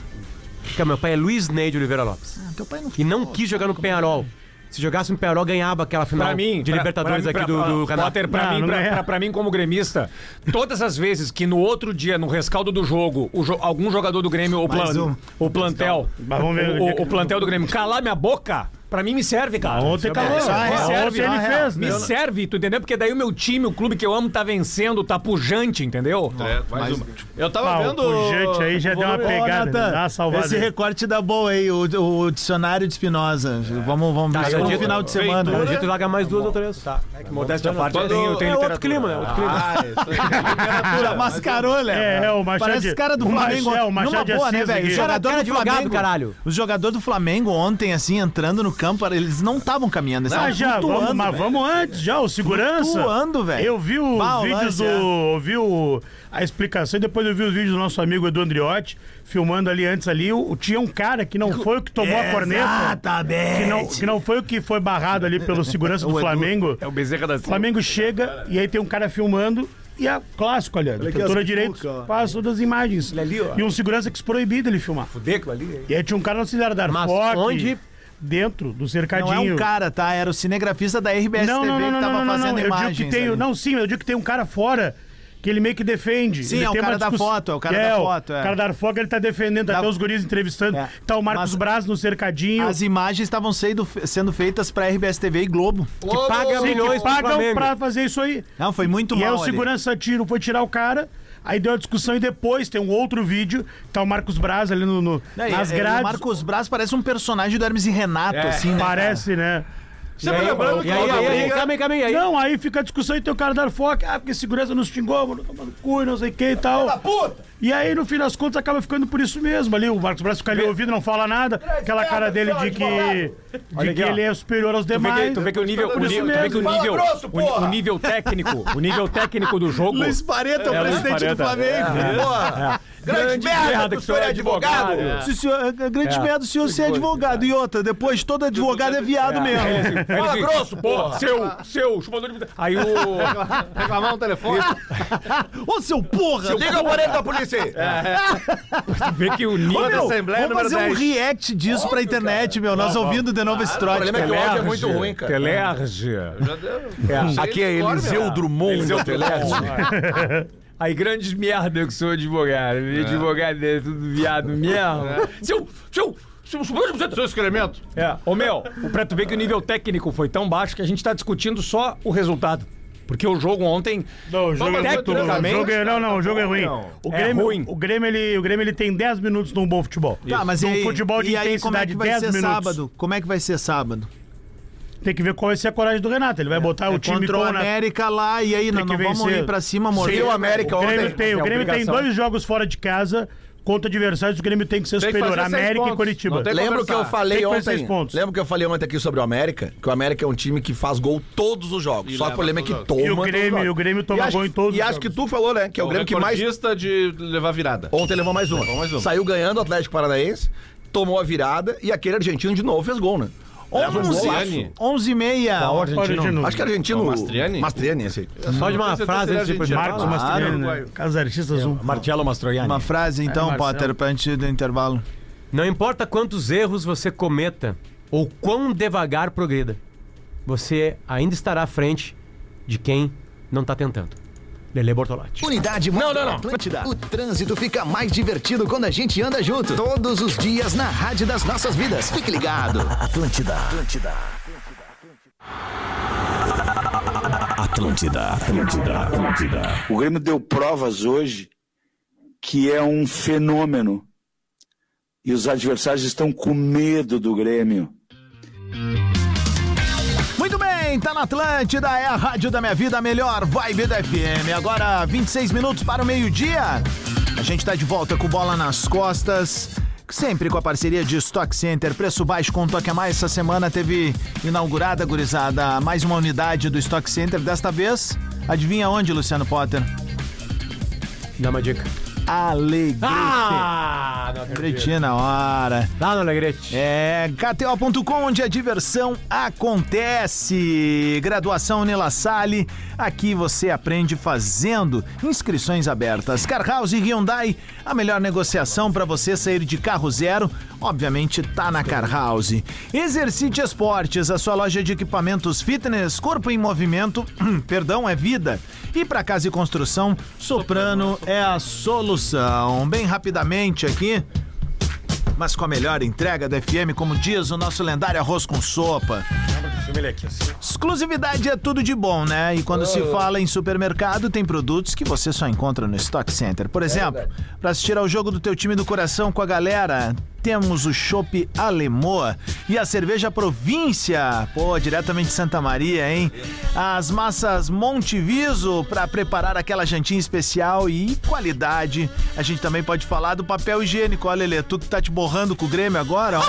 S5: Cara, meu pai é Luiz Neide Oliveira Lopes.
S2: Ah, teu pai não
S5: E não quis jogar no Penharol. Se jogasse no Penharol, ganhava aquela final
S3: Pra mim,
S5: de
S3: pra-
S5: Libertadores
S3: pra mim,
S5: aqui
S3: pra-
S5: do, do
S3: pra-
S5: Renato.
S3: Potter, pra,
S6: Não,
S3: mim,
S6: não
S3: pra,
S6: ganha.
S3: pra- pra mim como gremista, todas as vezes que no outro dia, no rescaldo do jogo, o jo- algum jogador do Grêmio, o,
S2: Mais
S3: plan-
S2: um.
S3: o plantel,
S6: Mas vamos ver o dia
S3: o,
S6: que-
S3: o plantel do Grêmio, calar minha boca, pra mim me serve, cara.
S6: Ontem acabou. Ah,
S2: Isso é uma real,
S6: Ontem
S2: isso é uma
S6: ele
S2: real.
S6: fez, né?
S3: Me serve, tu entendeu? Porque daí o meu time, o clube que eu amo, tá vencendo, tá pujante, entendeu?
S8: É, mais uma. Eu tava
S6: Ah, o
S8: vendo.
S6: pujante aí já deu uma
S2: Ô,
S6: pegada, né?
S2: Nathan,
S6: dá uma salvada.
S2: Esse
S6: aí.
S2: recorte dá boa aí, o, o dicionário de Espinosa. Vamos, vamos ver
S5: eu
S2: no
S5: digo-
S2: final de semana.
S5: O Dito larga mais duas ou três. Tá. É que modéstia à parte.
S8: eu tenho- eu tenho
S5: É outro clima, né? Outro clima.
S8: Ah, isso aí.
S2: Já mascarou, Léo.
S6: É, é, o Machado
S2: Parece
S6: de-
S2: cara do
S6: o
S2: Flamengo.
S6: Machado- é, o Machado de
S2: Numa boa, né,
S6: Assis
S2: velho?
S6: aqui.
S2: O jogador
S5: Cara,
S2: do
S5: advogado,
S2: Flamengo,
S5: caralho.
S2: O jogador do Flamengo ontem, assim, entrando no campo, eles não estavam caminhando, eles
S6: Ah,
S2: estavam
S6: já, vamos-
S2: flutuando.
S6: mas
S2: velho.
S6: vamos antes, já, o segurança.
S2: Flutuando, velho.
S6: Eu vi os
S2: Bah, o
S6: vídeos
S2: lance,
S6: do.
S2: é.
S6: Ouvi o- a explicação e depois eu vi os vídeos do nosso amigo Edu Andriotti, filmando ali antes ali. O, tinha um cara que não foi o que tomou a corneta.
S2: Exatamente.
S6: Que não, que não foi o que foi barrado ali pelo segurança do Flamengo.
S3: É o Bezerra da
S6: O Flamengo chega e aí tem um cara filmando. E é clássico, ali, ó. Doutora Direito passa todas as imagens.
S3: ali, ó.
S6: E um segurança que se proibiu ele filmar.
S3: Deco ali.
S6: E aí tinha um cara no auxiliar da
S5: Mas
S6: Arfoque,
S5: onde-
S6: dentro do cercadinho.
S2: Não é um cara, tá? Era o cinegrafista da RBS
S6: Não,
S2: TV
S6: não, não,
S2: que
S6: não,
S2: tava
S6: não, não,
S2: fazendo
S6: não. Eu digo
S2: imagens.
S6: que tem,
S2: ali.
S6: não, sim, eu digo que tem um cara fora que ele meio que defende.
S2: Sim,
S6: Ele
S2: é o
S6: tem uma
S2: cara da
S6: discussão-
S2: foto, é o cara
S6: é,
S2: da
S6: o
S2: foto, é.
S6: cara da foto, ele tá defendendo,
S2: Da-
S6: até os guris entrevistando.
S2: É.
S6: Tá o Marcos
S2: Mas-
S6: Braz no cercadinho.
S2: As imagens estavam sendo, sendo feitas pra RBS TV e Globo.
S5: Que paga
S6: Sim, que
S5: milhões pro
S6: pagam
S5: Flamengo.
S6: pra fazer isso aí.
S2: Não, foi muito
S6: E aí
S2: mal.
S6: o
S2: ali.
S6: segurança tiro, foi tirar o cara, aí deu a discussão e depois tem um outro vídeo, tá o Marcos Braz ali no, no,
S2: Não, e- é,
S6: nas
S2: e- e
S6: grades.
S2: O Marcos Braz parece um personagem do Hermes e Renato, assim, né?
S6: Parece, né?
S8: Você tá lembrando que
S5: E aí,
S8: houve
S5: aí,
S8: uma
S5: aí,
S8: briga-
S5: calma aí, calma aí, aí.
S6: Não, aí fica a discussão e tem o cara da Arfoque, ah, porque segurança nos xingou, mano, tomando cu, e não sei o que e tal.
S2: Tá
S6: E aí, no fim das contas, acaba ficando por isso mesmo ali. O Marcos Braz fica ali ouvindo, não fala nada. Aquela cara dele de que, de
S3: Olha
S6: que
S3: aqui, ó.
S6: ele é superior aos
S3: Tu vê, que,
S6: demais.
S3: tu vê que o nível, o
S6: Por isso
S3: nível, tu vê que o
S6: mesmo.
S3: nível, o, ni- o nível técnico, o nível técnico do jogo.
S2: Luiz Pareto é o
S3: É, Luiz
S2: presidente do
S3: Pareto,
S2: Flamengo.
S8: né?
S3: Porra, É. grande merda que o senhor é advogado. É.
S2: Se o senhor, a grande
S3: É.
S2: merda o senhor ser advogado. E outra, depois todo advogado é viado mesmo.
S3: Fala grosso, porra. Seu, seu, chupador de... Aí o...
S8: Reclamar um telefone.
S2: Ô, seu porra!
S7: Liga o aparelho da polícia aí.
S3: tu vê que o nível...
S8: Meu, Assembleia
S2: Vamos fazer um
S8: número 10.
S2: react disso pra internet, meu. Nós ouvindo de novo esse trote.
S7: problema é que o áudio é muito ruim, cara.
S3: Telerge.
S8: Cheio
S7: Aqui
S8: de
S7: é
S8: história,
S7: Eliseu
S8: meu.
S7: Drummond
S3: Eliseu
S7: da Teleste.
S3: assim. Aí grandes merda que sou advogado. Advogado é tudo viado mesmo. Seu, seu, seu, seu,
S7: um
S8: Seu excremento.
S3: É, ô meu, o Preto vê que o nível técnico foi tão baixo que a gente tá discutindo só o resultado. Porque o jogo ontem.
S6: Não, o jogo é muito ruim. O
S3: Tecnicamente-
S6: jogo é- Não, não, o jogo é ruim.
S3: Não,
S6: O
S3: é
S6: Grêmio,
S3: ruim.
S6: O Grêmio, ele, o Grêmio ele tem 10 minutos num bom futebol.
S2: Tá, mas e
S6: Num
S2: aí,
S6: Um futebol de
S2: e aí como é
S6: intensidade,
S2: que vai
S6: 10
S2: ser
S6: minutos.
S2: sábado? Como é que vai ser sábado?
S6: Tem que ver qual vai ser a coragem do Renato. Ele vai botar
S2: É
S6: o time
S2: contra o
S6: com o Renato.
S2: América lá, e aí, não,
S6: que
S2: não vamos
S6: vencer.
S2: ir pra cima, morrer.
S7: Veio o América
S6: O
S7: ontem.
S6: Grêmio tem, o
S3: É
S6: Grêmio tem
S3: obrigação.
S6: dois jogos fora de casa contra adversários, o Grêmio tem que ser
S8: Tem que
S6: superior.
S8: fazer seis
S6: América e
S8: pontos.
S6: Curitiba.
S8: Não tem
S7: Lembra o que
S8: conversar.
S7: eu
S6: Tem
S7: falei
S6: que fazer
S7: ontem?
S6: seis pontos.
S7: Lembra o que eu falei ontem aqui sobre o América? Que o América é um time que faz gol todos os jogos.
S8: E
S7: Só que o
S8: leva
S7: problema é que
S8: todos
S7: toma.
S8: os
S6: E o
S7: todos os
S6: Grêmio-
S7: jogos.
S6: o Grêmio toma
S7: E acho-
S6: gol em todos os
S7: E acho que
S6: jogos.
S7: tu falou, né? Que é o,
S8: O
S7: Grêmio que mais.
S8: recordista de levar virada.
S7: Ontem levou mais uma.
S8: mais uma.
S7: Saiu ganhando o Atlético Paranaense, tomou a virada e aquele argentino de novo fez gol, né?
S8: Leva um
S2: 11,
S8: Zidane.
S2: 11 e meia.
S6: Argentino.
S7: Acho que argentino.
S8: É o Mastriani?
S7: Mastriani, esse aí.
S5: Só de uma
S8: Você tá
S5: frase antes de
S8: sendo
S5: continuar.
S6: Marcos
S8: Ah,
S6: Mastriani, né?
S8: Uruguai.
S6: Casa Artistas 1.
S3: Marcelo Mastroianni.
S2: Uma frase, então,
S6: É, Marcelo.
S2: Potter, pra gente do intervalo.
S5: Não importa quantos erros você cometa ou quão devagar progrida, você ainda estará à frente de quem não está tentando. Lele Bortolotti.
S11: Unidade Móvel não, não, Atlântida. O trânsito fica mais divertido quando a gente anda junto. Todos os dias na rádio das nossas vidas. Fique ligado. Atlântida. Atlântida.
S1: Atlântida, Atlântida, Atlântida.
S12: O Grêmio deu provas hoje que é um fenômeno. E os adversários estão com medo do Grêmio.
S2: Muito bem, tá na Atlântida, é a rádio da minha vida, a melhor vibe da FM. Agora, 26 minutos para o meio-dia. A gente tá de volta com bola nas costas. Sempre com a parceria de Stock Center, preço baixo com um toque a mais. Essa semana teve inaugurada, gurizada, mais uma unidade do Stock Center. Desta vez, adivinha onde, Luciano Potter?
S5: Dá uma dica.
S2: Alegrete.
S5: Ah!
S2: Alegrete na hora.
S5: Lá no Alegrete.
S2: É, KTO.com, onde a diversão acontece. Graduação Nela Sale, aqui você aprende fazendo inscrições abertas. Car House e Hyundai, a melhor negociação para você sair de carro zero, obviamente tá na Car House. Exercite Esportes, a sua loja de equipamentos fitness, corpo em movimento, perdão, é vida. E para casa e construção, Soprano é a solução. Bem rapidamente aqui, mas com a melhor entrega da FM, como diz o nosso lendário arroz com sopa. Exclusividade é tudo de bom, né? E quando se fala em supermercado, tem produtos que você só encontra no Stock Center. Por exemplo, para assistir ao jogo do teu time do coração com a galera, temos o Chopp Alemoa e a cerveja Província, pô, diretamente de Santa Maria, hein? As massas Monteviso para preparar aquela jantinha especial e qualidade. A gente também pode falar do papel higiênico, olha, Lelê, tu que tá te borrando com o Grêmio agora, ó.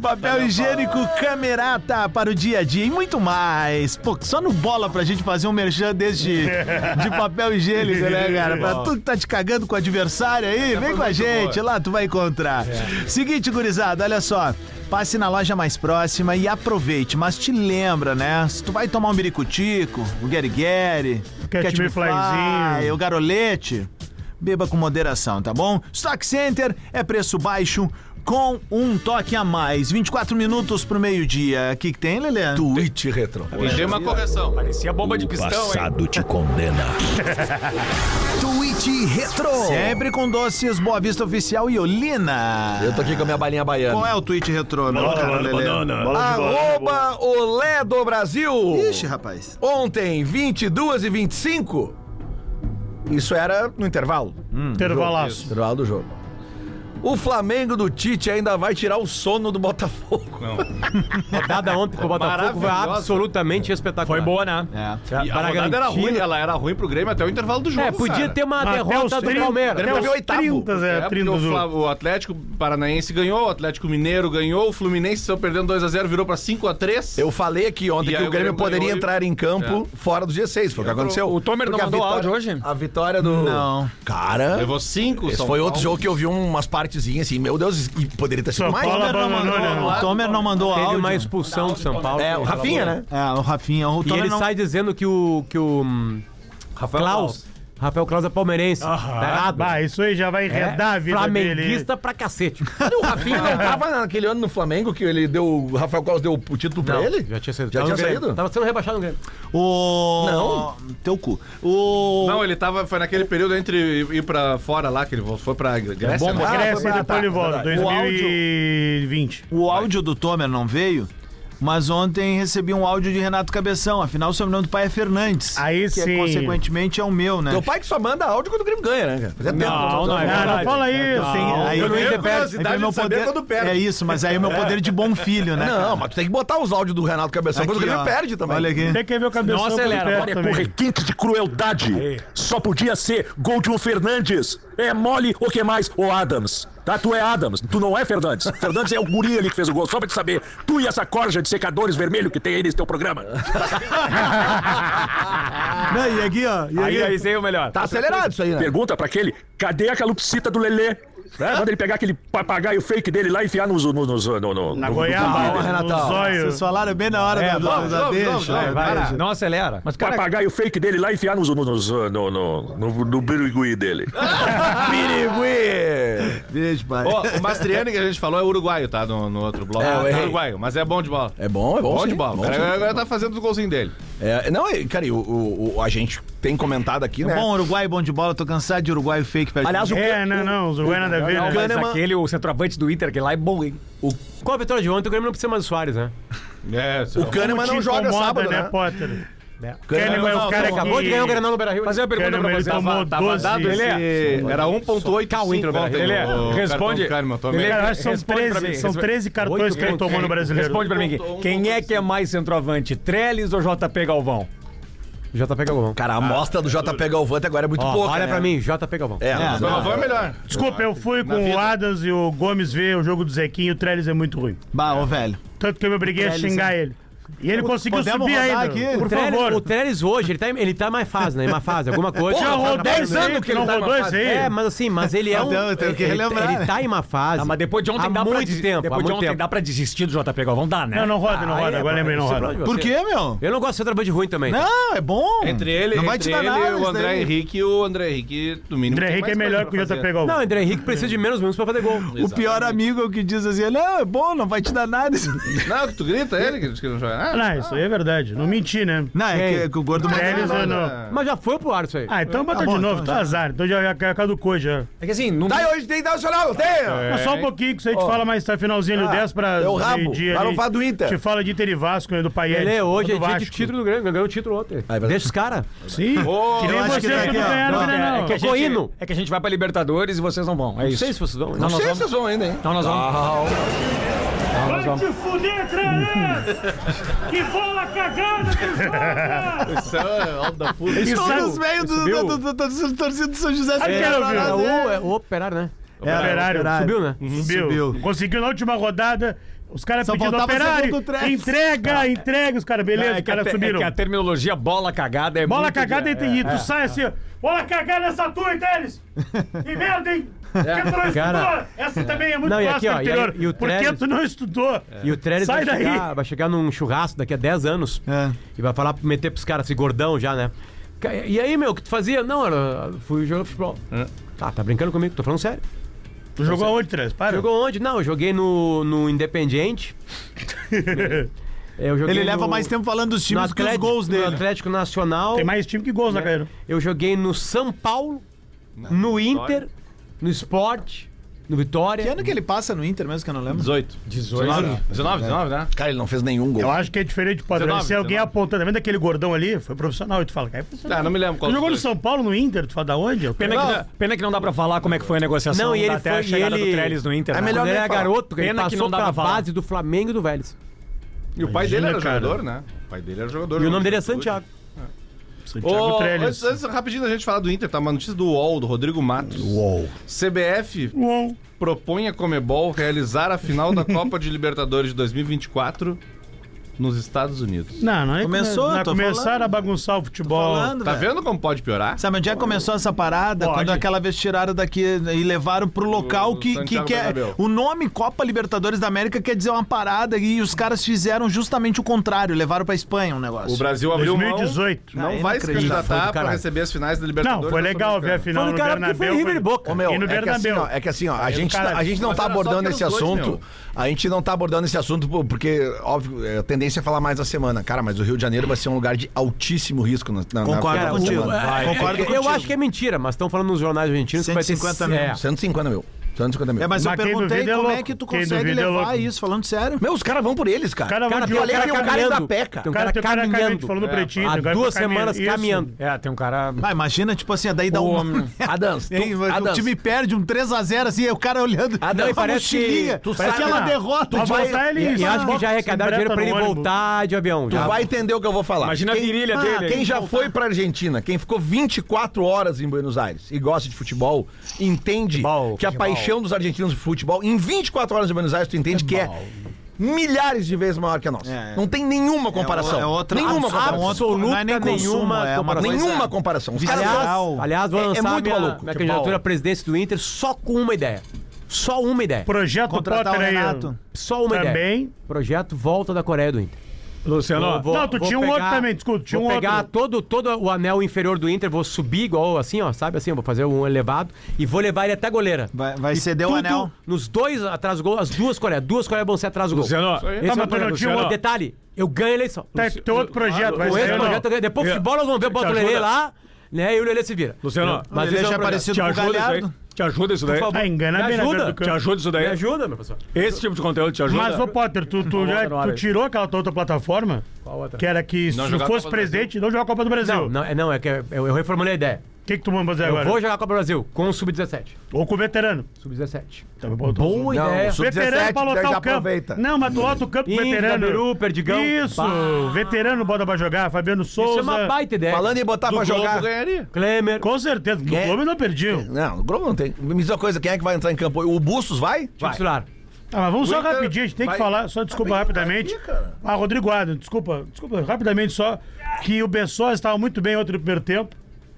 S2: Papel higiênico, camerata para o dia a dia e muito mais. Pô, só no bola pra gente fazer um merchan desse de, de papel higiênico, né, cara? Pra tu que tá te cagando
S6: É.
S2: com o adversário aí, vem com a gente, lá tu vai encontrar. Seguinte, gurizada, olha só. Passe na loja mais próxima e aproveite. Mas te lembra, né? Se tu vai tomar um biricutico, o guerigueri, o
S6: Catch Me Flyzinho.
S2: o garolete, beba com moderação, tá bom? Stock Center é preço baixo com um toque a mais. 24 minutos pro meio-dia. O que, que tem, Lelê?
S7: Twitch Retro.
S8: Tem uma correção. Parecia bomba de pistão,
S1: Passado te condena.
S11: Twitch Retro.
S2: Sempre com doces Boa Vista Oficial e Olina.
S7: Eu tô aqui com a minha balinha baiana.
S2: Qual é o tweet retrô, meu
S7: Banana,
S2: cara, Lelê?
S7: banana. Arroba Olé do Brasil.
S2: Ixi, rapaz.
S7: Ontem, 22 e 25. Isso era no intervalo.
S6: Intervalaço.
S7: Isso. Intervalo do jogo. O Flamengo do Tite ainda vai tirar o sono do Botafogo.
S5: rodada É ontem pro Botafogo foi
S8: Maravilhosa.
S5: absolutamente espetacular.
S3: Foi boa, né?
S2: É.
S8: E a rodada era ruim, né? ela era ruim pro Grêmio até o intervalo do jogo.
S5: É, podia
S8: cara.
S5: ter uma
S6: Até os
S5: derrota do
S6: 30,
S5: Palmeiras.
S6: até
S5: Grêmio
S6: os
S5: veio oitavo.
S6: 30, Zé,
S8: É, porque
S6: 30 do
S8: o,
S6: jogo.
S8: Fla- o Atlético Paranaense ganhou, o Atlético Mineiro ganhou, o Fluminense saiu perdendo 2x0, virou pra 5x3.
S7: Eu falei aqui ontem
S8: E
S7: que
S8: aí
S7: o
S8: o
S7: Grêmio
S8: Grêmio
S7: poderia
S8: ganhou e- É.
S7: entrar em campo fora do G6, foi o que aconteceu.
S3: O Tomer não
S7: Porque a
S3: mandou
S7: vitória-
S3: áudio hoje?
S7: A vitória do.
S2: Não.
S7: Cara.
S8: Levou 5,
S7: Esse foi outro jogo que eu vi umas partezinhas assim, meu Deus, e poderia ter sido
S6: São
S7: mais.
S6: Paulo abandonou, né?
S2: O Tomer não mandou
S5: Teve
S2: áudio.
S5: uma expulsão do São Paulo.
S7: É, o Rafinha, né?
S2: É, o Rafinha. O
S5: E
S2: Tomer
S5: ele
S2: não...
S5: sai dizendo que o. que o. hum,
S8: Rafael
S5: Klaus. Rafael Klaus é palmeirense. Tá errado.
S6: Bah, isso aí já vai
S5: É
S6: enredar a vida dele.
S5: flamenguista pra cacete.
S7: O Rafinha não tava naquele ano no Flamengo que ele deu. O Rafael Claus deu o título pra ele?
S5: Já tinha saído.
S7: Já
S5: Tava
S7: tinha
S5: no Grêmio.
S7: saído?
S5: Tava sendo rebaixado no Grêmio.
S2: O...
S7: Não.
S2: Teu cu. O...
S8: Não, ele tava, foi naquele período entre ir pra fora lá, que ele foi pra Grécia.
S7: bom,
S8: né?
S7: Ah,
S6: Cresce
S7: foi
S6: e
S7: pra-
S6: depois ele volta.
S7: verdade.
S2: O
S6: 2020.
S2: O áudio do Tomer não veio, mas ontem recebi um áudio de Renato Cabeção. Afinal, o sobrenome do pai é Fernandes.
S6: Aí
S2: que é,
S6: sim.
S2: consequentemente é o meu, né?
S7: Teu pai que só manda áudio quando o Grêmio ganha, né? cara? Fazia tempo.
S3: Não, não, é
S6: Ah, não
S3: verdade.
S6: fala isso.
S2: aí
S8: eu não
S2: vem-
S8: tenho
S2: aí
S8: curiosidade
S2: vem
S8: de saber quando perde.
S2: É isso, mas aí é meu poder de bom filho, né?
S7: Não, mas tu tem que botar os áudios do Renato Cabeção
S2: Aqui,
S7: quando o Grêmio
S2: ó.
S7: perde também.
S2: Olha aqui.
S6: Tem que ver o cabeção
S3: Não
S6: por
S3: acelera,
S6: perto
S3: agora
S6: também.
S1: requinte de crueldade. Só podia ser gol de um Fernandes. É mole ou que mais? O Adams. Tá, tu é Adams, tu não é Fernandes. Fernandes é o guri ali que fez o gol, só pra te saber. Tu e essa corja de secadores vermelho que tem aí nesse teu programa.
S2: Não, e aqui, ó. E aqui?
S3: Aí, aí, sim, o melhor.
S7: Tá acelerado isso aí, né?
S1: Pergunta pra aquele, cadê a calopsita do Lelê? Né? Manda ele pegar aquele papagaio fake dele lá e enfiar nos... nos, nos no, no,
S6: Na
S1: no-
S6: Goiaba,
S7: Não, Renatão.
S6: no zóio.
S2: Vocês falaram bem na hora
S6: É,
S2: da, da, da deixa. né?
S3: Vai, não acelera. Mas, cara,
S1: Papagaio fake dele lá e enfiar nos, nos, nos, no, no, no, no, no birigui dele.
S7: Pirigui!
S2: Beijo, pai.
S8: Ó, o Mastriani que a gente falou é uruguaio, tá? No, no outro bloco.
S7: É, eu
S8: É,
S7: errei.
S8: uruguaio, mas é bom de bola.
S7: É bom, é bom.
S8: bom de
S7: sim,
S8: bola. O
S7: bom,
S8: cara
S7: sim.
S8: agora tá fazendo os golzinhos dele.
S7: É, não, e, cara, e o, o- o- a gente tem comentado aqui, né?
S2: Bom Uruguai, bom de bola. Tô cansado de Uruguai fake. perto
S7: Aliás,
S2: de-
S7: o
S6: É, não, não, os Uruguai nada a ver,
S3: não, mas
S6: né?
S7: Kahneman-
S3: aquele, o centroavante do Inter, que lá é bom, hein?
S5: Com a vitória de ontem, o Grêmio não precisa mais do Soares, né?
S8: É,
S7: o Kahneman
S6: Como
S7: não
S6: te
S7: joga
S6: incomoda,
S7: sábado, né?
S6: Potter?
S7: Kahneman
S6: Kahneman é o cara que...
S5: Acabou de ganhar o Granal no Beira-Rio.
S3: Fazer uma pergunta
S6: Kahneman,
S3: pra
S6: ele
S3: você.
S6: tomou 12.
S8: Esse- Era 1.8
S5: Cal o Inter,
S8: cinco ontem,
S5: Ele é-
S8: o cartão do
S3: responde-
S8: Kahneman, atualmente.
S3: Ele é-
S6: Cara, acho que são
S3: Responde pra
S6: 13,
S3: mim.
S6: são 13 cartões que ele tomou no brasileiro.
S3: Responde pra mim aqui. Quem é que é mais centroavante, Trellis ou JP Galvão?
S5: JP Galvão.
S7: Cara, a amostra do JP Galvão até agora é muito
S5: Ó,
S7: pouca.
S5: olha
S7: né?
S5: pra mim, JP Galvão.
S7: É,
S8: Mas o Galvão é melhor.
S6: Desculpa, eu fui com o
S8: vida.
S6: Adams e o Gomes ver o jogo do Zequinho, o Trellis é muito ruim.
S2: Bah, ô velho.
S6: Tanto que eu me obriguei a xingar ele. E ele conseguiu
S2: Podemos
S6: subir
S2: rodar
S6: ainda.
S2: aqui?
S5: O
S6: Por
S5: Trellis-
S6: favor.
S5: O Trellis hoje, ele tá, em- ele tá em mais fase, né? Em mais fase, alguma coisa.
S6: Já
S5: Tá na-
S6: rodou 10 anos que ele
S5: não
S6: tá
S5: rodou
S6: numa
S5: isso
S6: fase.
S5: aí. É, mas assim, mas ele é
S2: Não,
S5: um...
S2: eu tenho que
S5: ele-
S2: relembrar,
S5: Ele tá em uma fase.
S3: Ah, mas depois de ontem
S5: há
S3: dá pra
S5: muito
S3: des-
S5: tempo, há
S3: Depois de
S5: muito
S3: ontem
S5: tempo.
S3: dá pra desistir do JP Galvão, dá, né?
S6: Não, não roda, não
S5: Ah,
S6: roda.
S5: é,
S6: Agora
S5: pá,
S6: lembrei, não
S5: esse é
S6: roda.
S5: problema
S2: Por
S5: de você.
S2: quê, meu?
S5: Eu não gosto de centroavante ruim também.
S2: Não, é bom.
S8: Entre ele,
S2: não vai
S8: entre
S2: te dar
S8: ele
S2: nada,
S8: e o
S2: isso
S8: André
S2: daí.
S8: Henrique, o André Henrique, no mínimo.
S6: André
S8: tem
S6: Henrique é
S8: mais
S6: melhor que o
S8: coisa pra
S6: JP
S8: fazer.
S6: Galvão.
S5: Não, o André Henrique precisa de menos minutos pra fazer gol.
S2: O pior amigo é o que diz assim: não, é bom, não vai te dar nada.
S8: Não, que tu grita ele, que diz que não joga Ah, nada.
S6: Não, isso aí é verdade. Não menti, né?
S2: Não, é que,
S5: Ei.
S2: é que o gordo
S6: Trellis
S2: mandou.
S6: eu não.
S5: Mas já foi pro ar isso aí.
S6: Ah, então bota
S2: bom,
S6: de novo,
S2: então
S6: tá
S2: já.
S6: azar. Então já, já, já caducou já.
S3: É que assim, não...
S7: Tá, e hoje tem internacional, tem!
S6: Mas só um pouquinho que isso aí te fala mais, tá finalzinho do 10 pra
S7: é o rabo.
S6: meio-dia
S7: Lá não
S6: ali.
S7: fala do Inter.
S6: Te fala de Inter e Vasco, né, do Paiete.
S5: Ele é hoje
S6: do
S5: é dia de
S6: Vasco.
S5: título do Grêmio, ganhou o título ontem.
S3: É,
S7: verdade.
S5: Deixa os caras.
S6: Sim. que
S2: eu
S6: nem
S2: acho que
S6: vocês
S2: tem
S6: quando
S2: aqui, ó.
S6: ganharam o
S3: Não, é,
S6: Grenal.
S3: é que a gente,
S5: Coino.
S3: é que a gente vai pra Libertadores e vocês não vão. É
S5: Não
S3: isso.
S5: sei se vocês vão.
S3: Não,
S5: Não,
S3: nós
S7: Não sei se
S3: vamos.
S7: vocês vão ainda, hein?
S3: Então nós vamos.
S4: Vai te fuder, Trellis! Que bola cagada que joga!
S8: Isso é ó, da puta.
S2: Estou
S6: Isso,
S2: nos meios do,
S5: subiu.
S2: do, do, do, do- torcida do São José.
S6: Ai, quero ver.
S5: É o, é o operário, né?
S2: Era
S6: Operário.
S5: Subiu, né?
S6: Subiu.
S2: Subiu.
S6: Conseguiu na última rodada. Os caras
S2: Só
S6: pedindo
S2: faltava
S6: operário.
S2: segundo trecho.
S6: Entrega, entrega. Os caras, beleza,
S3: É
S6: os
S3: que, a,
S6: caras
S3: te- é
S6: subiram.
S3: que a terminologia bola cagada é
S6: Bola
S3: muito-
S6: cagada
S3: é,
S6: e tem- e tu sai assim, ó. Bola cagada essa tua, hein, Teles! Que merda, hein? Porque tu não
S5: É, Cara.
S6: estudou. Essa também é muito
S5: Não, e aqui,
S6: clássica
S5: ó, e aí-
S6: anterior.
S5: e o É.
S6: Por que
S5: Trellis-
S6: tu não estudou?
S5: E o Trellis
S6: Sai
S5: vai
S6: daí.
S5: chegar, vai chegar num churrasco daqui a 10 anos
S2: É.
S5: e vai falar, meter pros caras, assim, gordão já, né? Ca- E aí, meu, o que tu fazia? Não, era, fui jogar futebol. Tá, tá brincando comigo? Tô falando sério.
S6: Tu jogou onde, Trans?
S2: É.
S6: Para.
S5: Jogou onde? Não, eu joguei no, no Independiente. Eu joguei
S2: Ele leva mais tempo falando dos times
S5: no
S2: que os gols dele.
S5: No Atlético Nacional.
S6: Tem mais time que gols né, na
S5: É.
S6: carreira.
S5: Eu joguei no São Paulo, no Inter, no Sport, no Vitória.
S2: Que ano é que ele passa no Inter mesmo que eu não lembro?
S8: 18.
S5: 18.
S8: 19, 19, né?
S7: Cara, ele não fez nenhum gol.
S6: Eu acho que é diferente do padrão.
S8: 19,
S6: Se alguém aponta, tá vendo aquele gordão ali? Foi profissional. E tu fala, cara, é profissional.
S8: Ah, não me lembro qual
S6: Tu jogou no
S8: dos dois.
S6: São Paulo, no Inter? Tu fala, da onde? Eu-
S3: Pena que,
S6: Não.
S3: não, pena que não dá pra falar como é que foi a negociação
S5: Não, e ele
S3: até
S5: foi-
S3: a
S5: e
S3: chegada
S5: ele-
S3: do Trellis no Inter.
S5: É
S3: né?
S5: melhor
S3: Quando
S5: nem
S3: era
S5: falar.
S3: garoto, ele
S5: Pena que
S3: passou
S5: não dá
S3: pra
S5: pra falar.
S3: base
S5: do Flamengo e do Vélez.
S8: E o pai dele era
S5: Imagina, cara.
S8: jogador, né? O pai dele era jogador.
S5: E o nome
S8: jogou
S5: dele é
S8: no Juventude.
S5: Santiago.
S8: Ô, antes, antes, rapidinho da gente falar do Inter, tá? Uma notícia do UOL, do Rodrigo Matos. UOL. CBF propõe a Comebol realizar a final da Copa de Libertadores de 2024 nos Estados Unidos.
S6: Não, não é
S2: Começou,
S6: não,
S2: tô
S6: começaram
S2: falando.
S6: a bagunçar o futebol.
S2: falando,
S8: tá
S2: velho.
S8: vendo como pode piorar?
S2: Sabe onde é que começou essa parada?
S6: Pode.
S2: Quando aquela vez tiraram daqui e levaram pro local
S8: O
S2: que, que
S8: Santiago
S2: quer.
S8: Bernabéu.
S2: O nome Copa Libertadores da América quer dizer uma parada e os caras fizeram justamente o contrário, levaram pra Espanha um negócio.
S8: O Brasil abriu
S6: 2018.
S8: mão, não
S2: Ah,
S8: vai se
S2: inacreditável.
S8: candidatar
S2: Foi do
S8: para
S2: caralho.
S8: receber as finais da
S6: Não,
S8: Libertadores.
S6: foi legal ver a final
S5: Foi
S6: no
S5: do né, cara porque
S6: Bernabéu.
S5: foi em River e Boca.
S7: Ô, meu,
S6: e no
S7: é, que assim,
S6: Bernabéu.
S7: ó, é que assim, ó, a
S6: do
S7: gente, tá-
S6: caralho.
S7: a gente não
S8: Mas
S7: tá
S8: era só
S7: abordando
S8: aqueles
S7: esse
S8: dois,
S7: assunto.
S8: meu.
S7: a gente não tá abordando esse assunto por- porque, óbvio, é, a tendência é falar mais na semana. Cara, mas o Rio de Janeiro vai ser um lugar de altíssimo risco na, na,
S8: tá
S2: Concordo
S7: na, na
S2: contigo.
S7: semana.
S2: Vai. Concordo
S5: eu
S2: contigo.
S5: acho que Ah, é mentira, mas estão falando nos jornais argentinos que
S2: 150
S5: vai
S2: mil.
S5: ter... É.
S7: 150 mil. 150 mil.
S2: É, mas, eu
S6: Mas quem
S2: perguntei
S6: duvida é
S2: como é
S6: louco.
S2: que tu
S6: Quem
S2: consegue
S6: duvida é
S2: levar
S6: louco.
S2: isso, falando sério.
S7: Meu, os caras vão por eles,
S6: O
S7: cara.
S6: cara,
S5: Cara,
S6: cara,
S5: tem um
S7: olha,
S5: cara
S7: tem um cara
S5: caminhando.
S7: indo a pé, cara.
S5: Tem um
S6: Cara,
S5: cara
S6: tem um cara caminhando.
S5: caminhando. É.
S6: Falou no pretinho,
S5: Há
S6: agora
S5: duas
S6: tá caminhando.
S5: semanas
S6: Isso. tá.
S5: caminhando.
S3: É, tem um cara.
S2: Ah, imagina, tipo assim, daí dá um.
S8: hum.
S7: Adams, tu-
S2: o
S7: Adams.
S2: time perde um 3x0, assim, aí o cara olhando.
S5: Ah, não, e parece que-
S2: mochilinha,
S5: tu
S2: parece
S5: sabe-
S2: aquela
S5: Ah,
S2: derrota.
S6: tu
S2: de-
S6: vai- Tá, ele-
S5: E, e
S6: Isso.
S5: acho que já arrecadaram
S6: Se
S5: dinheiro pra ele
S6: embreta no ônibus.
S5: voltar de avião.
S7: Tu
S5: já.
S7: vai entender o que eu vou falar.
S3: Imagina a
S7: quem,
S3: virilha
S7: Ah,
S3: dele,
S7: Quem
S3: hein?
S7: já foi pra Argentina, quem ficou 24 horas em Buenos Aires e gosta de futebol, entende
S3: Futebol,
S7: que a
S3: futebol.
S7: paixão dos argentinos por futebol, em 24 horas em Buenos Aires, tu entende que é milhares de vezes maior que a nossa.
S2: É.
S7: Não tem nenhuma comparação.
S2: o- é outra-
S7: nenhuma
S2: abs-
S7: comparação.
S5: absoluta
S2: Não é nem consumo,
S5: nenhuma
S2: é uma
S5: comparação.
S2: coisa-
S7: Nenhuma comparação. Os caras-
S5: Aliás,
S2: Real.
S5: aliás, vou
S7: É- é
S5: lançar
S7: muito
S5: minha,
S7: maluco,
S5: minha
S7: futebol.
S5: candidatura à presidência do Inter só com uma ideia. Só uma ideia.
S6: Projeto
S2: Contratar
S6: Potter
S2: o
S6: aí.
S2: Renato.
S5: Só uma ideia.
S6: Também.
S5: Projeto Volta da Coreia do Inter.
S3: Luciano,
S5: Eu vou-
S6: Não, tu
S5: vou
S6: tinha um outro também, desculpa, tinha
S5: vou
S6: um
S5: pegar
S6: outro.
S5: Todo, todo o anel inferior do Inter, vou subir igual assim, ó, sabe assim, eu vou fazer um elevado e vou levar ele até a goleira.
S2: Vai, vai
S5: E
S2: ceder o
S5: tudo
S2: anel.
S5: Nos dois atrás do gol, as duas Coreias. Duas Coreias vão ser atrás do gol.
S3: Luciano,
S5: Esse
S6: Tá,
S5: é o
S6: mas tu
S5: projeto.
S6: não tinha
S5: Luciano,
S6: outro-
S5: Detalhe, eu ganho a eleição.
S6: Tá, teu outro projeto vai
S5: Com esse
S6: ser. não.
S5: projeto, eu ganho. depois
S3: Eu-
S5: futebol nós vamos ver, bota o
S3: Te
S5: Lelê
S3: ajuda.
S5: lá, né, e o Lelê se vira.
S3: Luciano,
S5: Mas
S2: Lelê
S5: esse
S2: já
S5: é o projeto.
S2: apareceu
S3: te
S2: com o
S3: ajuda isso
S2: Galhardo.
S3: aí? Te ajuda isso daí?
S5: favor.
S6: Ah, engana
S5: Me
S6: a beirada
S5: ajuda.
S6: do
S3: Te
S6: campo.
S3: ajuda isso
S5: Me
S3: daí?
S5: ajuda, meu professor.
S3: Esse tipo de conteúdo te ajuda?
S6: Mas, ô Potter, tu, tu,
S3: Uma
S6: já,
S3: outra hora
S6: tu
S3: aí.
S6: tirou aquela tua outra plataforma, que era que se
S8: Não
S6: tu
S8: jogar a
S6: fosse
S8: Copa do Brasil.
S6: presidente, não jogar a Copa do
S5: Não,
S6: Brasil.
S5: não, é, não, é que eu, eu reformulei a ideia.
S6: O que, que tu manda fazer
S5: Eu
S6: agora?
S5: vou jogar a Copa do Brasil com o Sub-17.
S6: Ou com o veterano.
S5: Sub-17.
S6: Também botou
S5: Boa
S7: Não,
S5: ideia.
S7: sub-
S6: Veterano
S7: 17,
S6: pra lotar
S7: já
S6: o campo.
S7: aproveita.
S6: Não, mas tu lota o campo pro
S5: Ih,
S6: veterano.
S5: Gabiru, Perdigão.
S6: Isso,
S5: Bah.
S6: veterano bota pra jogar, Fabiano Souza.
S5: Isso é uma baita ideia.
S7: Falando em botar
S8: Do
S7: pra
S8: Globo
S7: jogar.
S8: ganharia.
S5: Klemer.
S6: Com certeza, no
S8: Né?
S7: É.
S6: Globo eu não perdiam.
S7: Não, o Globo não tem. Me diz uma coisa, quem é que vai entrar em campo? O Bustos vai?
S5: Vai. titular.
S6: Ah, mas vamos só
S8: Inter
S6: rapidinho, a gente tem
S8: vai-
S6: que falar, só desculpa rapidamente. ah, Rodrigo Adam, desculpa, desculpa, rapidamente só, que o Bessó estava muito bem outro primeiro tempo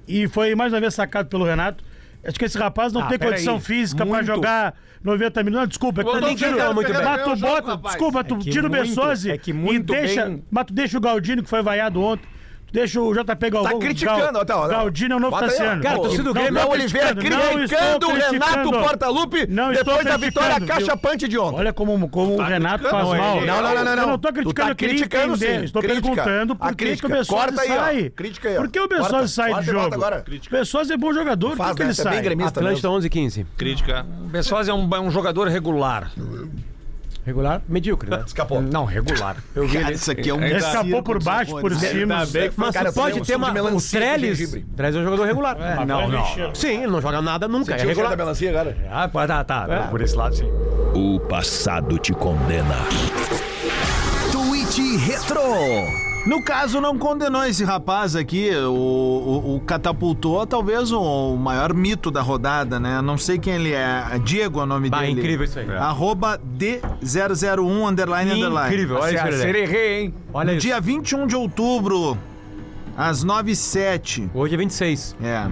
S6: e foi mais uma vez sacado pelo Renato. Acho que esse rapaz não
S5: Ah,
S6: tem
S5: pera
S6: condição
S5: aí,
S6: física pra
S5: muito.
S6: jogar 90 minutos. Não, desculpa, é que
S8: Botou
S6: tu não
S8: o
S6: tira-
S8: Ferreira,
S5: muito bem. É
S6: Mas tu
S8: ganhou o jogo,
S6: bota,
S8: rapaz.
S6: desculpa, tu
S5: que
S6: tira o
S5: muito-
S6: Bessose
S5: é que muito
S6: e deixa,
S5: bem-
S6: mas tu deixa o Galdino que foi vaiado ontem. Tu Deixa o JP Galvão. Gal-
S7: criticando, até, ó,
S6: Galdino é o novo
S7: Bota aí, ó.
S6: Tassiano.
S7: Cara,
S5: torcida do
S6: Não,
S5: Grêmio
S6: não
S7: Léo Oliveira
S6: criticando, não estou
S7: criticando o Renato
S6: criticando.
S7: Portaluppi
S6: Não estou
S7: depois da vitória
S6: criticando, viu?
S7: cachapante de ontem.
S6: Olha como, como o Renato faz
S8: criticando, não,
S6: mal.
S8: ele-
S7: Não, não, não, não,
S6: Eu
S7: não.
S6: não tô
S7: Tu
S6: criticando,
S7: tá
S6: eu queria
S7: criticando,
S6: entender.
S7: sim.
S6: Estou
S7: Crítica.
S6: perguntando
S7: A
S6: por que, que
S7: crítica.
S6: o Bessose
S7: Corta aí, ó.
S6: sai.
S7: Crítica aí, ó.
S6: Por que o
S7: Corta.
S6: Bessose sai
S7: Corta
S6: do
S7: e bota
S6: jogo?
S7: agora.
S6: O Bessose é bom jogador, por
S7: Faz,
S6: que, que
S7: né?
S6: ele
S7: Você é
S6: sai?
S7: bem gremista
S5: Atlântida 11 15
S8: Crítica.
S10: O Bessose é um, é um jogador regular.
S5: Regular, medíocre, né?
S7: Escapou.
S10: Não, regular. Eu vi
S9: Cara,
S10: ele.
S9: isso aqui é um
S6: Ele
S8: Ainda-
S6: escapou por baixo, por cima.
S8: Ainda bem que foi
S5: Mas
S7: Cara,
S5: tu pode
S7: um
S5: ter
S7: suco
S5: uma...
S7: de
S5: O
S7: melancia com
S5: Trellis...
S7: gengibre.
S5: Trellis é um jogador regular.
S10: Não, não.
S5: Sim, ele não joga nada nunca. É
S7: Tira o cheiro da
S5: regular. É.
S7: melancia agora.
S10: Ah, tá, tá. Por esse lado, sim.
S11: O passado te condena.
S7: Tweet Retro.
S2: No caso, não condenou esse rapaz aqui, o, o- o catapultou talvez o, o maior mito da rodada, né? Não sei quem ele é, Diego é o nome
S5: Bah,
S2: dele. É.
S5: incrível isso aí.
S2: Arroba D001 underline underline.
S5: Incrível,
S3: é
S5: olha isso, Lelê.
S10: Sererê, hein?
S5: Olha isso.
S2: um Dia 21 de outubro, às 9 h 07
S5: Hoje é 26.
S2: É.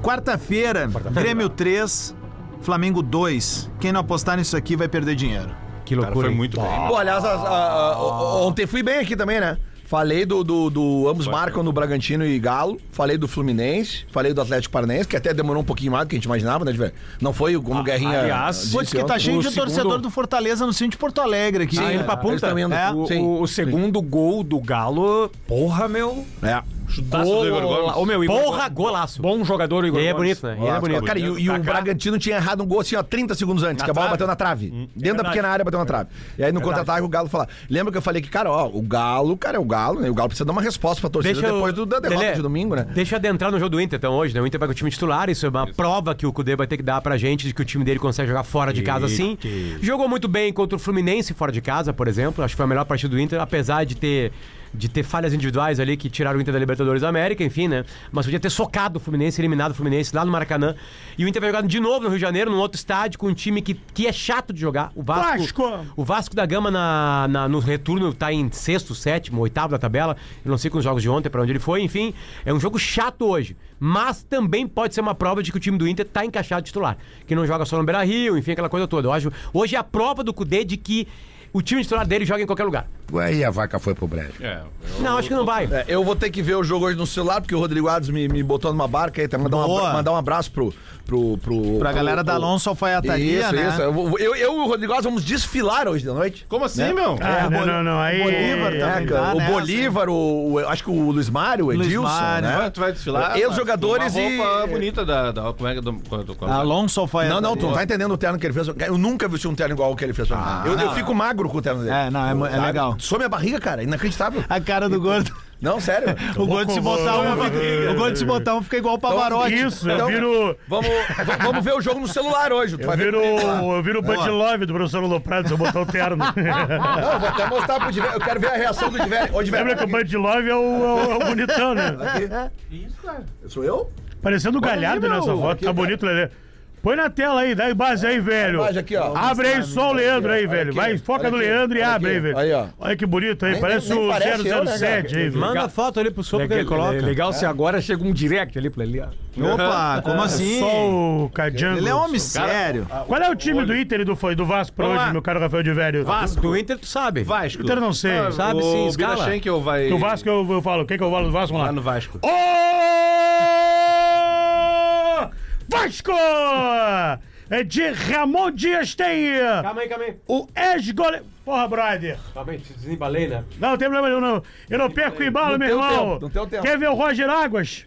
S2: Quarta-feira, Grêmio 3, Flamengo 2. Quem não apostar nisso aqui vai perder dinheiro.
S5: Que loucura.
S8: foi muito bem.
S7: Pô, aliás, as- a- a- a- ontem fui bem aqui também, né? Falei do, do, do- ambos marcam no Bragantino e Galo, falei do Fluminense, falei do Atlético Paranaense, que até demorou um pouquinho mais do que a gente imaginava, né, velho? Não foi como Guerrinha.
S3: aliás,
S7: disse
S2: Putz, que tá
S7: ontem.
S2: cheio
S3: o
S2: de
S3: segundo-
S2: torcedor do Fortaleza no centro de Porto Alegre aqui.
S7: Sim,
S2: né?
S7: ele pra
S2: Eles
S7: punta.
S2: tão indo-
S7: É.
S3: O,
S7: Sim.
S3: o- o segundo gol do Galo, porra, meu.
S7: É.
S8: Chutaço do Igor Gomes.
S3: Ô, meu, Igor
S5: Porra,
S3: Gomes.
S5: golaço.
S3: Bom jogador, Igor
S5: E é
S3: Gomes.
S5: bonito, né? E é bonito.
S7: Cara, e, o- e
S3: Tá
S7: o Bragantino tinha errado um gol assim, ó, 30 segundos antes, que a bola bateu na trave. Dentro da pequena área bateu na trave. E aí no contra-ataque o Galo fala. Lembra que eu falei que, cara, ó, o Galo, cara, é o Galo, né? O Galo precisa dar uma resposta pra torcida
S5: eu-
S7: depois do- da derrota
S5: Lelê,
S7: de domingo, né?
S5: Deixa eu adentrar no jogo do Inter, então, hoje, né? O Inter vai com o time titular, isso é uma prova que o Cudê vai ter que dar pra gente, de que o time dele consegue jogar fora de casa assim. Jogou muito bem contra o Fluminense fora de casa, por exemplo. Acho que foi a melhor partida do Inter, apesar de ter. De ter falhas individuais ali que tiraram o Inter da Libertadores da América, enfim, né? Mas podia ter socado o Fluminense, eliminado o Fluminense lá no Maracanã. E o Inter vai jogar de novo no Rio de Janeiro, num outro estádio, com um time que, que é chato de jogar. O Vasco.
S6: Vasco!
S5: O Vasco da Gama na, na- no retorno tá em sexto, sétimo, oitavo da tabela. Eu não sei com os jogos de ontem pra onde ele foi, enfim. É um jogo chato hoje. Mas também pode ser uma prova de que o time do Inter tá encaixado titular. Que não joga só no Beira Rio, enfim, aquela coisa toda. Eu acho, hoje é a prova do Cudê de que o time titular dele joga em qualquer lugar.
S9: Aí a vaca foi pro brejo.
S8: É,
S5: Não, acho que não vai.
S7: É, eu vou ter que ver o jogo hoje no celular, porque o Rodrigo Adams me, me botou numa barca aí, tá? Mandar, uma-
S2: Boa.
S7: mandar um abraço pro. pro, pro
S2: Pra
S7: pro-
S2: galera da
S7: pro-
S2: Alonso Alfaiataria,
S7: Isso,
S2: né?
S7: isso. Eu, vou- eu, eu e o Rodrigo Adams vamos desfilar hoje de noite.
S8: Como assim,
S7: Né?
S8: meu?
S6: Ah,
S7: o
S6: não,
S7: Bol-
S6: não, não. Aí,
S2: o Bolívar
S6: aí,
S2: também
S7: É,
S6: aí.
S2: dá
S7: cara, o
S2: nessa.
S7: Bolívar, o, o- acho que o Luiz Mário, o
S2: Luiz
S7: Edilson,
S2: Mário.
S7: né?
S8: Ah, Tu vai desfilar.
S7: E os
S8: mas
S7: jogadores
S8: com uma roupa
S7: e-
S8: bonita da. da como é que. Do, do, do-
S2: Alonso
S7: Não,
S2: Alfaiataria.
S7: não, tu não tá entendendo o terno que ele fez. Eu nunca vesti um terno igual ao que ele fez pra mim. eu, eu fico magro com o terno dele.
S2: Ah, É, não, é mu- é
S7: Sabe?
S2: legal.
S7: Some a barriga, cara, inacreditável.
S2: A cara do gordo.
S7: Não, sério. Então,
S2: O gordo se botar um.
S6: com-
S2: fica- O gordo se botar um fica igual o Pavarotti.
S6: Isso, eu
S7: Então,
S6: viro.
S7: Vamos, v- vamos ver o jogo no celular hoje. Tu
S6: Eu
S7: vai ver
S6: viro,
S7: comigo lá.
S6: eu viro o Bud Love do professor Loprado, se eu botar o terno.
S7: Não, eu vou até mostrar pro Diver. Eu quero ver a reação do Diver. Ô, Diver.
S6: Lembra que o Bud Love é o, é o- é o bonitão, né?
S7: Sou eu?
S6: Parecendo o Galhardo nessa foto. Tá bonito, Lelê. Põe na tela aí, dá a base aí, velho.
S7: imagem aqui, ó.
S6: Abre aí só o Leandro aí, velho.
S7: aqui,
S6: Vai, foca
S7: olha
S6: no
S7: aqui,
S6: Leandro e
S7: olha
S6: abre
S7: aqui.
S6: aí, velho.
S7: Aí, ó.
S6: Olha que bonito aí,
S7: Nem-
S6: parece
S7: nem
S6: o
S7: parece eu, né,
S6: 007 aí, velho.
S5: Manda a foto ali pro soco que ele
S3: Legal,
S5: coloca.
S3: é
S5: É.
S3: legal se agora chega um direct ali pra ele. ó.
S2: Opa, como assim?
S6: Só o Cadiano.
S2: Ele é homem sério.
S6: Qual é o time do Inter e do, foi- do Vasco pra
S8: Vamos
S6: hoje,
S8: lá.
S6: meu caro Rafael de Velho?
S8: Vasco.
S5: Do Inter, tu sabe.
S8: Vasco.
S6: Inter não sei.
S5: Sabe
S8: o
S5: sim, escala.
S8: Bila Schenkel vai.
S6: Do Vasco eu, eu falo. O que que eu falo do Vasco? Vamos lá.
S8: Lá no Vasco.
S6: Ô! Vasco! É de Ramon Dias tem
S5: Calma aí, calma aí.
S6: o ex-goleiro... Porra, brother.
S5: Calma aí, te desembalei, né?
S6: Não, não tem problema nenhum, não. Eu não perco embalo, meu
S7: tem o
S6: irmão.
S7: tempo, não tem o tempo.
S6: Quer ver o Roger Águas?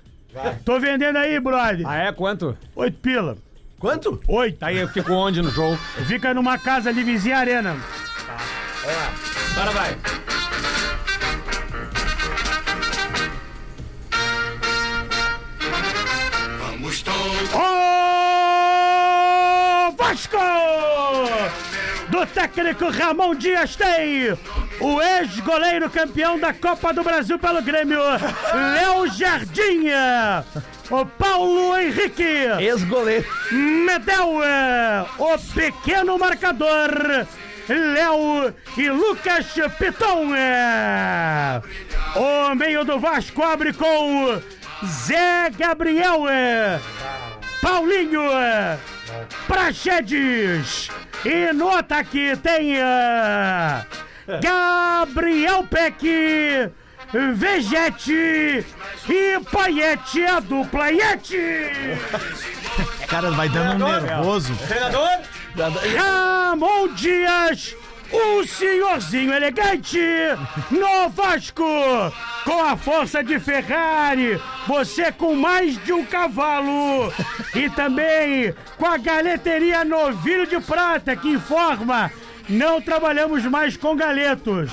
S6: Tô vendendo aí, brother.
S3: Ah, é? Quanto?
S6: Oito pila.
S7: Quanto? Tá
S6: Oito.
S3: Aí eu fico onde no jogo?
S6: Fica numa casa ali vizinha à arena.
S8: Tá. Agora vai.
S6: Ô Vasco! Do técnico Ramon Dias tem o ex-goleiro campeão da Copa do Brasil pelo Grêmio, Léo Jardim. O Paulo Henrique.
S7: Ex-goleiro.
S6: Medel, eh, o pequeno marcador, Léo e Lucas Piton. eh. O meio do Vasco abre com Zé Gabriel, eh. Paulinho, eh. Praxedes e no ataque tem eh, Gabriel Peck. Vegete e Paiete, a dupla Iete!
S2: Cara, vai dando um nervoso.
S6: Ramon Dias, o senhorzinho elegante no Vasco. Com a força de Ferrari, você com mais de um cavalo. E também com a galeteria Novilho de Prata, que informa: não trabalhamos mais com galetos.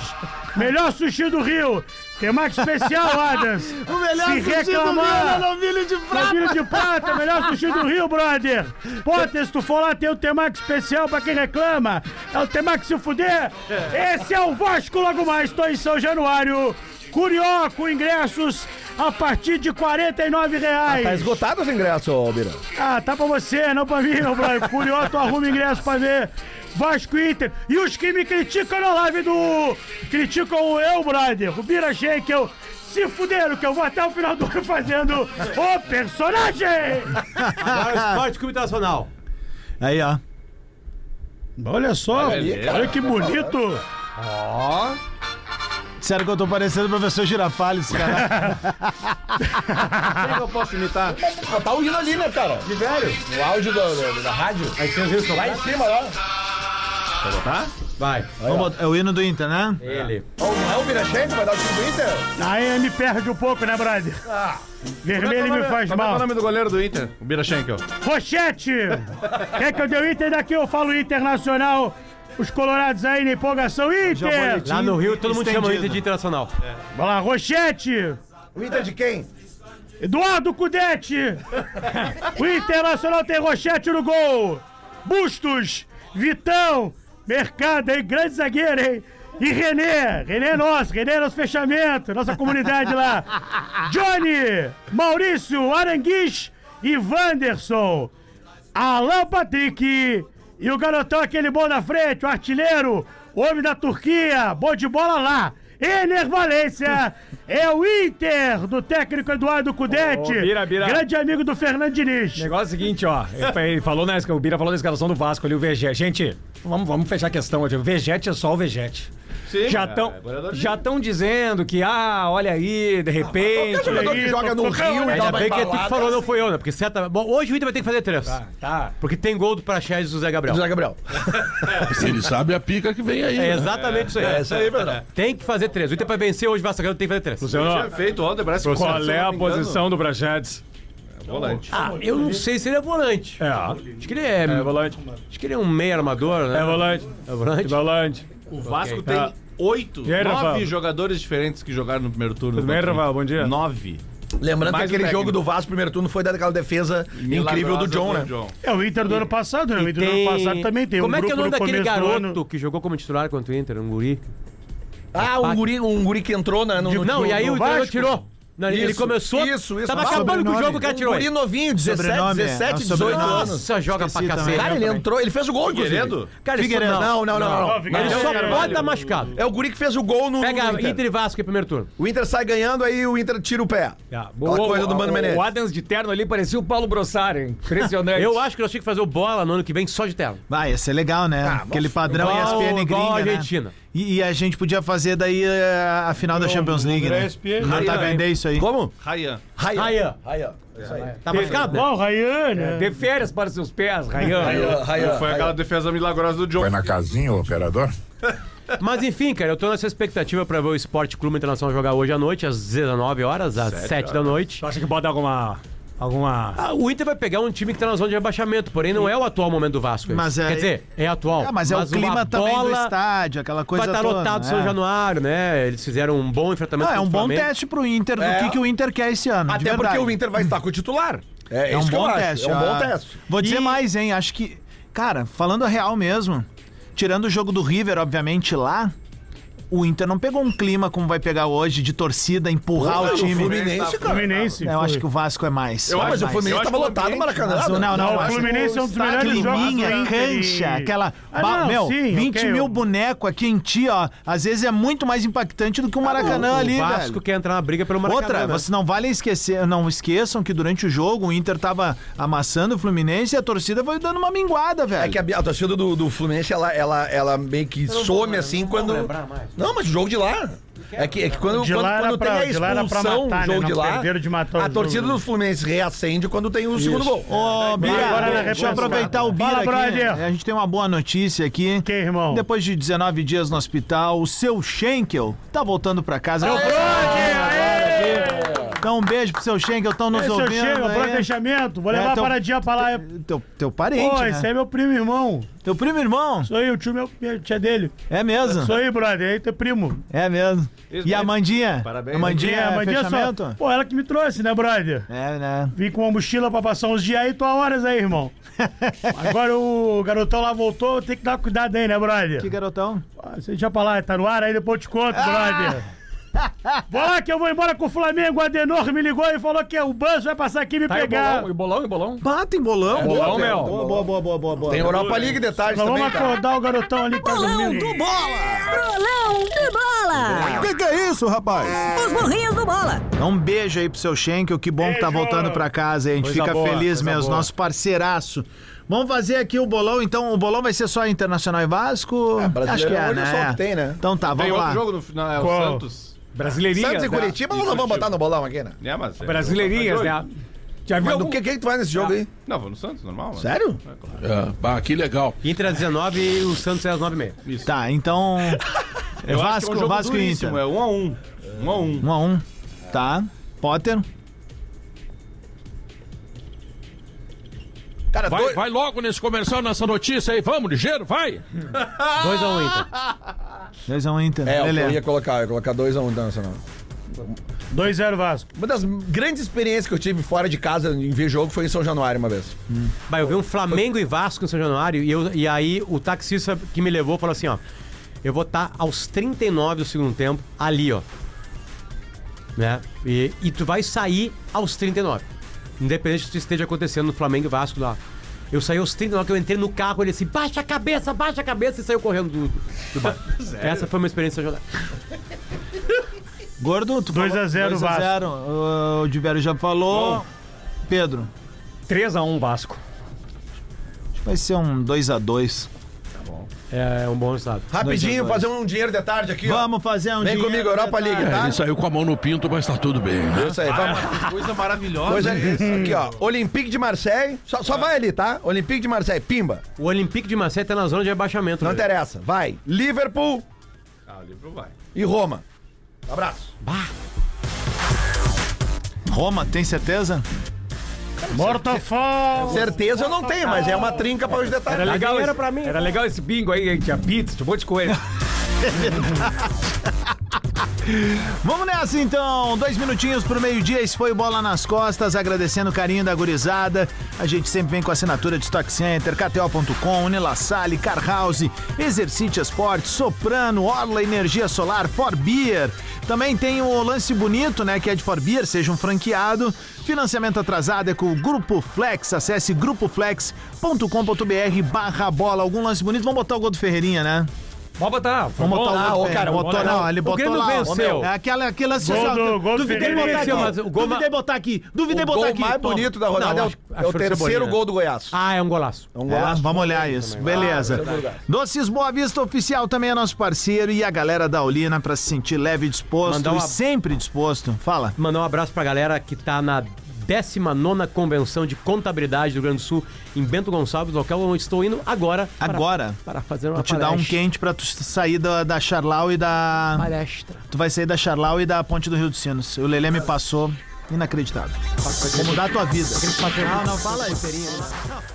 S6: Melhor sushi do Rio. Temática especial, Adams.
S2: O melhor
S6: Se
S2: sushi do né,
S6: reclamar,
S2: mundo, novilho de prata.
S6: Novilho de prata, melhor sushi do Rio, brother. Potter, se tu for lá, tem o Temax especial pra quem reclama. É o Temax se fuder. Esse é o Vasco logo mais. Tô em São Januário. Curió com ingressos a partir de R$ 49 reais.
S7: Tá esgotado os ingressos, ô, Bira.
S6: Ah, tá pra você, não pra mim, meu brother. Curió, tu arruma ingresso pra ver. Vasco e Inter. E os que me criticam na live do. Criticam eu, brother. O Bira Schenkel. Se fuderam, que eu vou até o final do ano fazendo o personagem!
S5: Agora o esporte clube internacional.
S2: Aí, ó.
S6: Olha só, olha, que bonito.
S2: Ó. Disseram que eu tô parecendo o professor Girafales, cara.
S8: Quem que eu posso imitar?
S7: Tá o hino ali, né, cara? De velho. O áudio do- do- da rádio. Aí tem os riscos
S2: né?
S7: lá em cima, lá.
S8: Quer botar?
S7: Vai.
S2: Vamos botar- É o hino do Inter, né?
S7: Ele. Não é o Birachenko? Vai dar o time do Inter?
S6: Aí me perde um pouco, né, brother? Vermelho me faz
S8: Como é que é o
S6: mal.
S8: nome do goleiro do Inter? O Birachenko.
S6: Rochete! Quer que eu dê o Inter daqui? Eu falo Internacional. Os colorados aí na empolgação. Inter!
S5: Lá no Rio, todo mundo chama o Inter de Internacional.
S6: Vai lá, Rochete!
S7: O Inter de quem?
S6: Eduardo Cudete! o Internacional tem Rochete no gol! Bustos, Vitão, Mercado, hein? Grande zagueiro, hein? E René! René é nosso, René é nosso fechamento, nossa comunidade lá! Johnny, Maurício, Aranguiz e Wanderson! Alan Patrick! E o garotão, aquele bom na frente, o artilheiro, homem da Turquia, bom de bola lá. Ener Valência é o Inter do técnico Eduardo Cudete,
S3: Ô, Bira, Bira.
S6: grande amigo do Fernando Diniz.
S3: Negócio é o seguinte, ó. Ele fa- Ele falou na, o Bira falou da escalação do Vasco ali, o Vegete. Gente, vamos, vamos fechar a questão hoje. O Vegete é só o Vegete.
S8: Sim,
S3: já
S8: é,
S3: estão
S8: é goleador de-
S3: já tão dizendo que, ah, olha aí, de
S5: é
S3: repente.
S7: jogador que joga no Rio e
S5: Ainda
S7: tava
S5: bem que é tu que
S7: embalado.
S5: falou não foi eu, né? Porque certa... Bom, hoje o Inter vai ter que fazer três.
S3: Tá.
S5: Porque tem gol do Praxés e do Zé Gabriel.
S7: José Gabriel.
S9: Ele sabe a pica que vem aí.
S5: É
S9: né?
S5: exatamente isso aí.
S7: É isso aí, Pedrão.
S5: Tem que fazer três. O Inter pra vencer hoje vai sacando, tem que fazer três.
S8: Tinha feito ontem, parece que
S3: Qual
S8: se eu
S3: é
S8: não
S3: a
S8: me engano,
S3: posição do Prachedes?
S8: Volante.
S5: Ah, eu não sei se ele é volante.
S3: É,
S5: Acho que ele é.
S3: é volante.
S5: Acho que ele é um meio armador, né?
S3: É volante.
S5: É volante.
S3: Volante.
S8: O Vasco
S3: Ah.
S8: tem oito,
S7: é
S3: E aí,
S8: nove
S3: Rafael?
S8: jogadores diferentes que jogaram no primeiro turno.
S3: Tudo bem,
S8: contra o
S3: Rafael?
S8: Inter.
S3: Bom dia.
S8: Nove.
S7: Lembrando
S8: Mais
S7: que aquele
S8: um técnico.
S7: jogo do Vasco, primeiro turno, foi daquela defesa incrível do
S8: Milagrosa
S7: John, né?
S6: É o Inter do ano passado, né? O Inter
S5: Tem-
S6: do ano passado também tem
S5: Como
S6: um
S5: é que é o
S6: grupo
S5: nome
S6: no
S5: daquele
S6: começo do ano.
S5: garoto que jogou como titular contra o Inter? Um guri?
S7: Ah, um guri, um guri que entrou na, no, no-
S5: não, e aí
S7: no
S5: o treinador
S7: Vasco.
S5: tirou. Não, ele- ele
S7: Isso,
S5: começou.
S7: isso, isso.
S5: Tava
S7: Mas
S5: acabando com o
S2: sobrenome.
S5: jogo que
S7: Um
S5: atirou.
S7: guri
S5: ele.
S7: novinho, 17,
S2: Sobrenome, é.
S7: 17,
S2: É o
S7: 18
S2: sobrenome.
S7: anos.
S5: Nossa, joga
S2: Esqueci
S5: pra
S2: também.
S5: cacete.
S7: Cara, ele entrou, ele fez o gol, inclusive.
S8: Figueiredo?
S5: Cara, isso
S2: Figueiredo.
S7: Não, não, não, não. não.
S6: Figueiredo.
S5: Ele
S6: Não,
S5: só
S6: não,
S5: bota
S6: não.
S5: é um machucado.
S7: É o guri que fez o gol no.
S5: Pega
S7: no
S5: Inter. e Vasco em primeiro turno.
S7: O Inter sai ganhando, aí o Inter tira o pé.
S2: Ah,
S3: Tá,
S7: Aquela coisa do Mano
S3: o-
S7: Menezes.
S3: O Adams de terno ali parecia o Paulo Brossari. hein? Impressionante.
S5: Eu acho que nós tínhamos que fazer o bola no ano que vem só de tela.
S2: Vai, ia ser legal, né? Aquele padrão
S5: igual-
S2: ESPN
S5: igual a
S2: gringa, né?
S5: Argentina.
S2: E, e a gente podia fazer daí eh, a final da Champions League, né?
S6: ESPN.
S2: Não tá
S5: Aí,
S2: vender isso aí.
S7: Como?
S8: Rayan.
S7: Raia. Raia. Isso aí.
S5: Tá machucado?
S6: Bom, Rayane.
S2: É,
S3: De férias para seus pés, Rayan.
S7: Raia. Raia.
S8: Foi aquela defesa milagrosa do John.
S9: Foi na casinha o operador?
S5: Mas enfim, cara, eu tô nessa expectativa pra ver o Esporte Clube Internacional jogar hoje à noite, às 19 horas, às 7 da noite.
S3: Tu acha que pode alguma. alguma.
S5: Ah, o Inter vai pegar um time que tá na zona de rebaixamento, porém não é o atual momento do Vasco. esse.
S2: Mas é-
S5: Quer dizer, é atual.
S2: Ah, mas é o clima
S5: uma
S2: também do
S5: bola
S2: estádio, aquela coisa
S5: Vai estar
S2: toda,
S5: lotado o
S2: né?
S5: São Januário, né? Eles fizeram um bom enfrentamento
S2: Não, é
S5: com o
S2: um bom
S5: Flamengo.
S2: teste pro Inter, do
S7: É.
S2: que, que o Inter quer esse ano. de
S7: Até porque
S2: verdade.
S7: o Inter vai estar com o titular. É,
S2: É um
S7: isso que eu
S2: bom
S7: acho.
S2: teste.
S7: É um bom
S2: ah.
S7: teste.
S2: Vou dizer mais, hein? Acho que. Cara, falando a real mesmo, tirando o jogo do River, obviamente, lá. O Inter não pegou um clima como vai pegar hoje de torcida, empurrar o
S7: O
S2: time.
S7: Fluminense, cara.
S6: Fluminense.
S2: Eu
S6: foi.
S2: acho que o Vasco é mais.
S7: Eu
S2: vai
S7: acho que o
S2: mais.
S7: Fluminense
S8: acho
S7: tava
S8: que o
S7: lotado no Maracanã.
S2: Mas o- não, não,
S6: Não,
S2: eu
S6: o
S2: acho
S6: Fluminense é um dos
S2: Tá,
S6: melhores jogos do
S2: climinha,
S6: Inter e-
S2: cancha, aquela.
S6: Ah,
S2: ba-
S6: não,
S2: meu,
S6: sim,
S2: 20
S6: ok,
S2: mil
S6: eu-
S2: boneco aqui em ti, ó. Às vezes é muito mais impactante do que o
S6: Tá
S2: Maracanã
S5: O
S2: ali,
S5: Vasco
S2: velho.
S5: quer entrar na briga pelo Maracanã.
S2: Outra,
S5: né?
S2: vocês não valem esquecer, não esqueçam que durante o jogo o Inter tava amassando o Fluminense e a torcida foi dando uma minguada, velho.
S7: É que a, a torcida do, do Fluminense, ela, ela, ela meio que some assim quando. Não, mas o jogo de lá. É que, é que quando,
S6: De
S7: quando,
S6: lá era
S7: quando tem
S6: pra-
S7: a
S6: de lá era pra
S7: expulsão,
S6: matar,
S7: o
S6: né?
S7: jogo
S6: Não
S7: de lá,
S6: perderam de matar o
S7: a
S6: jogo,
S7: torcida
S6: né?
S7: do Fluminense reacende quando tem o segundo gol.
S2: Ô, Bira,
S6: agora na
S2: Ah, deixa eu
S6: reposição.
S2: aproveitar o Bira
S6: Fala,
S2: aqui.
S6: brother.
S2: A gente tem uma boa notícia aqui.
S6: Que, irmão?
S2: Depois de 19 dias no hospital, o seu Schenkel tá voltando pra casa.
S6: Brode, aê!
S2: Então, um beijo pro seu Schenkel, estão nos
S6: Esse eu
S2: ouvindo.
S6: chego,
S2: aí.
S6: planejamento. Vou
S2: É,
S6: levar a
S2: teu-
S6: paradinha pra lá.
S2: Te- Teu, teu parente,
S6: Pô,
S2: né?
S6: esse é- aí é meu primo irmão.
S2: Teu primo irmão?
S6: Sou eu, o tio meu, meu tio é dele.
S2: É mesmo?
S6: Sou eu, brother, aí teu primo.
S2: É mesmo.
S8: Isso
S2: E a
S8: mesmo.
S2: Mandinha?
S8: Parabéns.
S2: A Mandinha,
S6: É,
S2: é
S6: mas dia só.
S2: fechamento?
S6: Pô, ela que me trouxe, né, brother?
S2: É, né?
S6: Vim com uma mochila pra passar uns dias aí, tô há horas aí, irmão. Agora o garotão lá voltou, tem que dar cuidado aí, né, brother?
S2: Que garotão.
S6: Ah, Você já pra lá, tá no ar aí, depois eu te conto, brother. Vou lá que eu vou embora com o Flamengo. O Adenor me ligou e falou que é o Banzo vai passar aqui me
S3: Tá, e o
S6: pegar.
S3: bolão, e o bolão, e o bolão.
S2: Bata em bolão.
S3: Bolão,
S7: tem-
S3: meu.
S2: Boa, boa, boa, boa, boa, boa.
S7: Tem Europa League de tarde
S6: Nós
S7: também,
S6: vamos
S7: cara.
S6: acordar o garotão ali que tá
S13: Bolão
S6: dormindo.
S13: do Bola! Bolão do Bola!
S2: Que que é isso, rapaz?
S13: Os morrinhos do Bola!
S2: Então, um beijo aí pro seu Schenkel, que bom que tá
S6: Beijo.
S2: voltando pra casa, hein? a gente
S3: Coisa
S2: fica
S3: boa,
S2: feliz
S3: coisa
S2: mesmo,
S3: boa.
S2: nosso parceiraço. Vamos fazer aqui o bolão, então. O bolão vai ser só Internacional e Vasco? Acho que é,
S7: hoje é
S2: né?
S7: só o que tem, né?
S2: Então tá, vamos
S7: Tem outro
S2: lá.
S7: jogo no final, é o Qual? Santos.
S3: Brasileirinhas.
S7: Santos e
S3: né?
S7: Curitiba, nós não vamos botar no bolão aqui, né?
S8: É, mas é-
S3: Brasileirinhas,
S8: mas
S3: né?
S8: hoje-
S3: Já viu
S7: Mas
S3: algum...
S7: do que, que tu vai nesse jogo aí?
S8: Não, vou no Santos, normal. né?
S7: Sério?
S8: É, claro.
S9: bah, que legal.
S5: Inter às 19 e o Santos é às 9 h 30
S2: Tá, então. É
S5: Eu acho
S2: Vasco,
S5: que é um jogo
S2: Vasco e Inter.
S5: duríssimo, é
S2: 1x1. 1x1. 1x1. Tá. Potter.
S7: Cara,
S9: vai, vai logo nesse comercial, nessa notícia aí. Vamos, ligeiro, vai.
S2: 2x1 Inter.
S5: então.
S2: 2x1 Inter.
S7: É,
S2: Lelê.
S7: eu ia colocar, eu ia colocar 2x1 um, Internacional.
S6: 2x0 Vasco.
S7: Uma das grandes experiências que eu tive fora de casa em ver jogo foi em São Januário uma vez.
S5: Bah, eu vi um Flamengo e Vasco em São Januário e, eu- e aí o taxista que me levou falou assim, ó. Eu vou estar aos 39 do segundo tempo ali, ó. Né? E, e tu vai sair aos 39. Independente do que esteja acontecendo no Flamengo e Vasco lá. Eu saí aos 39, que eu entrei no carro, ele assim, baixa a cabeça, baixa a cabeça e saiu correndo do, do bar. Essa foi uma experiência jogada.
S2: Gordo, tu
S6: 2 a 0 Vasco.
S2: 2x0. O Diverio já falou. Pedro.
S3: 3x1 Vasco.
S2: Vai ser um 2x2.
S5: É, é um bom resultado.
S7: Rapidinho, fazer um dinheiro de tarde aqui, ó.
S2: Vamos fazer um
S7: Vem
S2: dinheiro
S7: comigo, Europa
S2: de tarde.
S7: League,
S9: É,
S7: tá?
S9: ele saiu com a mão no pinto, mas tá tudo bem, né?
S7: Isso aí, vamos.
S8: Que coisa maravilhosa.
S7: Hoje é isso aqui, ó. Olympique de Marseille. Só, só vai ali, tá? Olympique de Marseille, pimba.
S5: O Olympique de Marseille tá na zona de rebaixamento.
S7: Não
S5: velho.
S7: interessa. Vai. Liverpool
S8: Ah, o livro vai.
S7: e Roma. Abraço.
S2: Roma, tem certeza?
S6: Mortafal.
S7: Certeza eu não tenho, mas é uma trinca para os
S3: Era
S7: detalhes.
S3: legal,
S5: era
S3: esse,
S5: pra mim,
S3: era
S5: então.
S3: legal esse bingo aí, hein? tinha pizza, tinha um monte de coisa.
S2: Vamos nessa então, dois minutinhos pro meio-dia, esse foi o Bola nas Costas, agradecendo o carinho da gurizada. A gente sempre vem com a assinatura de Stock Center, KTO.com, Unilassale, Car House, Exercite Esporte, Soprano, Orla Energia Solar, For Beer. Também tem o lance bonito, né, que é de For Beer, seja um franqueado. Financiamento atrasado é com o Grupo Flex, acesse grupoflex.com.br barra bola. Algum lance bonito, vamos botar o gol do Ferreirinha, né?
S3: Vamos botar. foi
S2: Vamos
S3: bom.
S2: botar o
S3: Ah,
S2: gol
S3: ô,
S2: do Ferreirinha, botou,
S3: bom,
S2: não, ele
S5: o
S2: botou
S5: Grêmio
S2: lá, ó,
S3: né?
S5: venceu.
S2: meu. É aquela, aquele lance
S6: Gol
S2: assim, ó,
S6: do- gol do
S2: duvidei
S6: Ferreira.
S2: botar
S5: Venceu,
S2: aqui,
S5: mas o gol
S2: duvidei botar aqui, duvidei
S7: O
S2: botar
S7: gol
S2: aqui.
S7: mais bonito da rodada
S5: Não,
S7: é o-
S5: acho-
S7: é
S5: acho
S7: o,
S5: que foi o
S7: terceiro
S5: Cebolinha.
S7: gol do Goiás.
S5: Ah, é um golaço.
S7: É um
S2: É,
S7: golaço.
S2: vamos olhar isso, beleza. Doces Boa Vista Oficial também é nosso parceiro e a galera da Olina pra se sentir leve e disposto
S5: Mandar uma-
S2: e sempre disposto. Fala.
S5: Mandar um abraço pra galera que tá na 19 Convenção de Contabilidade do Rio Grande do Sul, em Bento Gonçalves, local onde estou indo agora. para-
S2: Agora.
S5: Para, fazer uma
S2: Vou te dar um
S5: palestra.
S2: quente pra tu sair da, da Charlau e da...
S5: Palestra.
S2: Tu vai sair da Charlau e da Ponte do Rio dos Sinos. O Lelê me passou. Inacreditável. Vou mudar a tua vida. Não, não, fala Ah, aí, Ferinha.